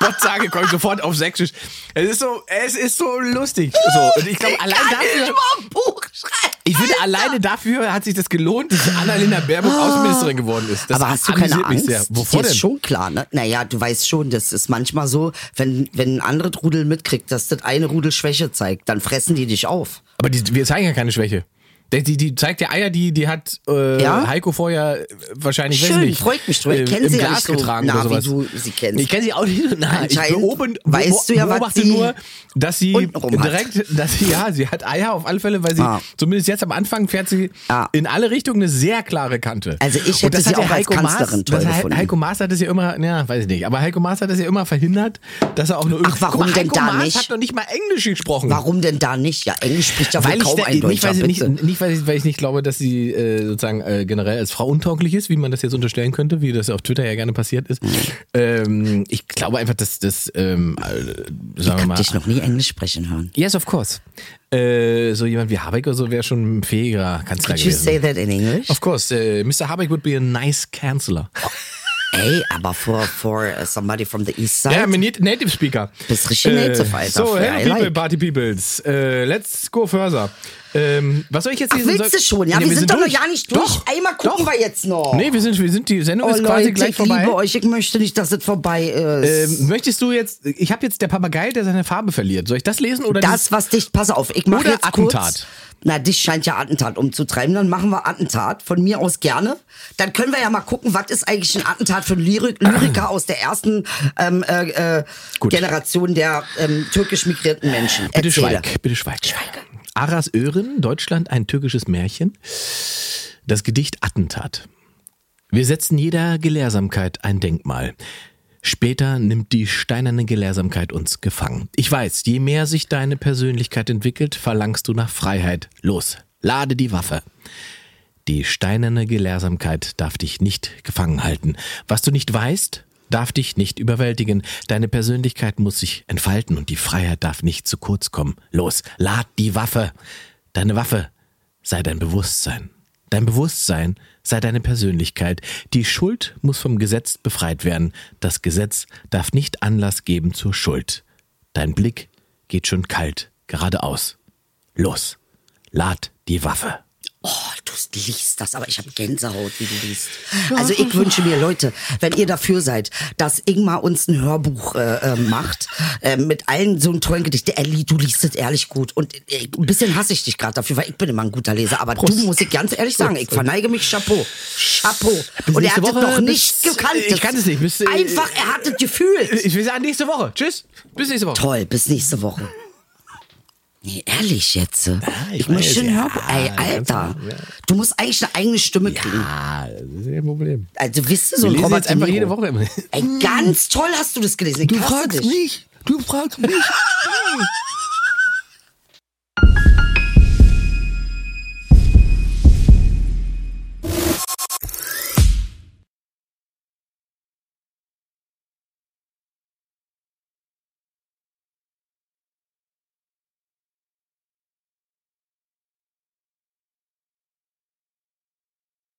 [SPEAKER 2] Bot sage, komm ich sofort auf Sächsisch. Es ist so, es ist so lustig. So, und ich glaube, allein dafür,
[SPEAKER 4] Über ein Buch schreiben.
[SPEAKER 2] ich finde, alleine dafür hat sich das gelohnt, dass Annalena Baerbock Außenministerin geworden ist. Das
[SPEAKER 4] Aber hast du keine
[SPEAKER 2] amüsiert mich
[SPEAKER 4] Angst?
[SPEAKER 2] sehr. Wovor
[SPEAKER 4] Dir
[SPEAKER 2] denn?
[SPEAKER 4] ist schon klar, ne? Naja, du weißt schon, das ist manchmal so, wenn, wenn ein anderes Rudel mitkriegt, dass das eine Rudel Schwäche zeigt, dann fressen die dich auf.
[SPEAKER 2] Aber die, wir zeigen ja keine Schwäche. Die, die, die zeigt ja Eier, die, die hat äh,
[SPEAKER 4] Ja?
[SPEAKER 2] Heiko vorher äh, wahrscheinlich weiß
[SPEAKER 4] Schön,
[SPEAKER 2] nicht,
[SPEAKER 4] freut mich drüber. Ich
[SPEAKER 2] äh,
[SPEAKER 4] kenne
[SPEAKER 2] im
[SPEAKER 4] sie ja
[SPEAKER 2] Glas
[SPEAKER 4] nicht so
[SPEAKER 2] getragen
[SPEAKER 4] nah,
[SPEAKER 2] oder sowas.
[SPEAKER 4] wie du sie kennst.
[SPEAKER 2] Ich kenne sie auch nicht so nah. Ich
[SPEAKER 4] Anscheinend
[SPEAKER 2] beobachte,
[SPEAKER 4] weißt du ja, was
[SPEAKER 2] beobachte
[SPEAKER 4] sie
[SPEAKER 2] nur, dass sie
[SPEAKER 4] untenrum hat.
[SPEAKER 2] direkt, dass sie, ja, sie hat Eier auf alle Fälle, weil sie,
[SPEAKER 4] Ah.
[SPEAKER 2] zumindest jetzt am Anfang, fährt sie
[SPEAKER 4] Ah.
[SPEAKER 2] in alle Richtungen eine sehr klare Kante.
[SPEAKER 4] Also ich
[SPEAKER 2] Und
[SPEAKER 4] hätte
[SPEAKER 2] das
[SPEAKER 4] sie
[SPEAKER 2] hat ja
[SPEAKER 4] auch als
[SPEAKER 2] Heiko Maas-
[SPEAKER 4] Kanzlerin toll
[SPEAKER 2] das hat-
[SPEAKER 4] gefunden.
[SPEAKER 2] Heiko Maas hat es ja immer, ja, weiß ich nicht, aber Heiko Maas hat es ja immer verhindert, dass er auch nur
[SPEAKER 4] Ach, warum
[SPEAKER 2] Guck mal,
[SPEAKER 4] denn
[SPEAKER 2] Heiko
[SPEAKER 4] da
[SPEAKER 2] Maas
[SPEAKER 4] nicht?
[SPEAKER 2] hat noch nicht mal Englisch gesprochen.
[SPEAKER 4] Warum denn da nicht? Ja, Englisch spricht ja wohl
[SPEAKER 2] Weil ich
[SPEAKER 4] kaum
[SPEAKER 2] da,
[SPEAKER 4] ein Deutscher,
[SPEAKER 2] nicht, weil sie
[SPEAKER 4] bitte.
[SPEAKER 2] nicht, nicht, weil ich, weil ich nicht glaube, dass sie äh, sozusagen äh, generell als Frau untauglich ist, wie man das jetzt unterstellen könnte, wie das auf Twitter ja gerne passiert
[SPEAKER 4] Mhm.
[SPEAKER 2] ist. Ähm, ich glaube einfach, dass das, ähm, äh, sagen wir
[SPEAKER 4] Ich hab
[SPEAKER 2] mal,
[SPEAKER 4] dich noch nie Englisch sprechen hören.
[SPEAKER 2] yes, of course. Äh, so jemand wie Habeck oder so wäre schon ein fähiger Kanzler
[SPEAKER 4] Could you say
[SPEAKER 2] gewesen.
[SPEAKER 4] that in English?
[SPEAKER 2] Of course, äh, Mr. Habeck would be a nice Chancellor.
[SPEAKER 4] Ey, aber for, for uh, somebody from the east side.
[SPEAKER 2] Ja, I'm a nat- native speaker. Äh,
[SPEAKER 4] Bist richtig native, Alter.
[SPEAKER 2] So, hello
[SPEAKER 4] I
[SPEAKER 2] people,
[SPEAKER 4] like.
[SPEAKER 2] party peoples. Äh, let's go further. Ähm, was soll ich jetzt
[SPEAKER 4] Ach,
[SPEAKER 2] lesen?
[SPEAKER 4] willst
[SPEAKER 2] Soll-
[SPEAKER 4] du schon? Ja,
[SPEAKER 2] Nee,
[SPEAKER 4] wir, sind, doch noch
[SPEAKER 2] durch.
[SPEAKER 4] gar nicht durch.
[SPEAKER 2] Doch,
[SPEAKER 4] Einmal gucken
[SPEAKER 2] doch.
[SPEAKER 4] wir jetzt noch.
[SPEAKER 2] Nee, wir sind, wir sind, die Sendung
[SPEAKER 4] oh,
[SPEAKER 2] ist quasi
[SPEAKER 4] Leute,
[SPEAKER 2] gleich
[SPEAKER 4] ich
[SPEAKER 2] vorbei.
[SPEAKER 4] liebe euch. Ich möchte nicht, dass es vorbei ist.
[SPEAKER 2] Ähm, möchtest du jetzt, ich habe jetzt der Papagei, der seine Farbe verliert. Soll ich das lesen oder dieses-
[SPEAKER 4] das, was dich, pass auf, ich mache
[SPEAKER 2] Oder
[SPEAKER 4] jetzt kurz.
[SPEAKER 2] Attentat.
[SPEAKER 4] Na, dich scheint ja Attentat umzutreiben. Dann machen wir Attentat. Von mir aus gerne. Dann können wir ja mal gucken, was ist eigentlich ein Attentat für einen Lyrik Lyriker aus der ersten ähm, äh, äh,
[SPEAKER 2] Gut.
[SPEAKER 4] Generation der ähm, türkisch migrierten Menschen.
[SPEAKER 2] Bitte
[SPEAKER 4] Erzähle.
[SPEAKER 2] schweig, bitte schweig. Aras Ören, Deutschland, ein türkisches Märchen. Das Gedicht Attentat. Wir setzen jeder Gelehrsamkeit ein Denkmal. Später nimmt die steinerne Gelehrsamkeit uns gefangen. Ich weiß, je mehr sich deine Persönlichkeit entwickelt, verlangst du nach Freiheit. Los, lade die Waffe. Die steinerne Gelehrsamkeit darf dich nicht gefangen halten. Was du nicht weißt, darf dich nicht überwältigen. Deine Persönlichkeit muss sich entfalten und die Freiheit darf nicht zu kurz kommen. Los, lad die Waffe. Deine Waffe sei dein Bewusstsein. Dein Bewusstsein sei deine Persönlichkeit. Die Schuld muss vom Gesetz befreit werden. Das Gesetz darf nicht Anlass geben zur Schuld. Dein Blick geht schon kalt geradeaus. Los, lad die Waffe.
[SPEAKER 4] Oh, du liest das, aber ich habe Gänsehaut, wie du liest. Also ich wünsche mir, Leute, wenn ihr dafür seid, dass Ingmar uns ein Hörbuch äh, äh, macht, äh, mit allen so einem tollen Gedicht. Elli, du liest es ehrlich gut. Und äh, ein bisschen hasse ich dich gerade dafür, weil ich bin immer ein guter Leser. Aber du musst ich ganz ehrlich sagen, ich verneige mich Chapeau. Chapeau. Und er
[SPEAKER 2] nächste
[SPEAKER 4] hat es
[SPEAKER 2] Woche,
[SPEAKER 4] noch
[SPEAKER 2] bis-
[SPEAKER 4] nicht gekannt.
[SPEAKER 2] ich kannte es nicht. Bis, äh,
[SPEAKER 4] Einfach, er hat es gefühlt.
[SPEAKER 2] Ich will sagen, nächste Woche. Tschüss. Bis nächste Woche.
[SPEAKER 4] Toll, bis nächste Woche. Nee, ehrlich jetzt. ich
[SPEAKER 2] ich
[SPEAKER 4] möchte
[SPEAKER 2] weiß,
[SPEAKER 4] ein
[SPEAKER 2] ja,
[SPEAKER 4] Hörbuch. Ey,
[SPEAKER 2] ganz
[SPEAKER 4] Alter.
[SPEAKER 2] genau, ja.
[SPEAKER 4] Du musst eigentlich eine eigene Stimme kriegen.
[SPEAKER 2] Ah, das ist ja ein Problem.
[SPEAKER 4] Also wisst ihr so
[SPEAKER 2] Wir
[SPEAKER 4] ein
[SPEAKER 2] lesen
[SPEAKER 4] Robert
[SPEAKER 2] jetzt einfach
[SPEAKER 4] De Niro?
[SPEAKER 2] jede Woche immer.
[SPEAKER 4] Ey, ganz toll hast du das gelesen. Ich hasse dich.
[SPEAKER 2] mich. Du fragst mich.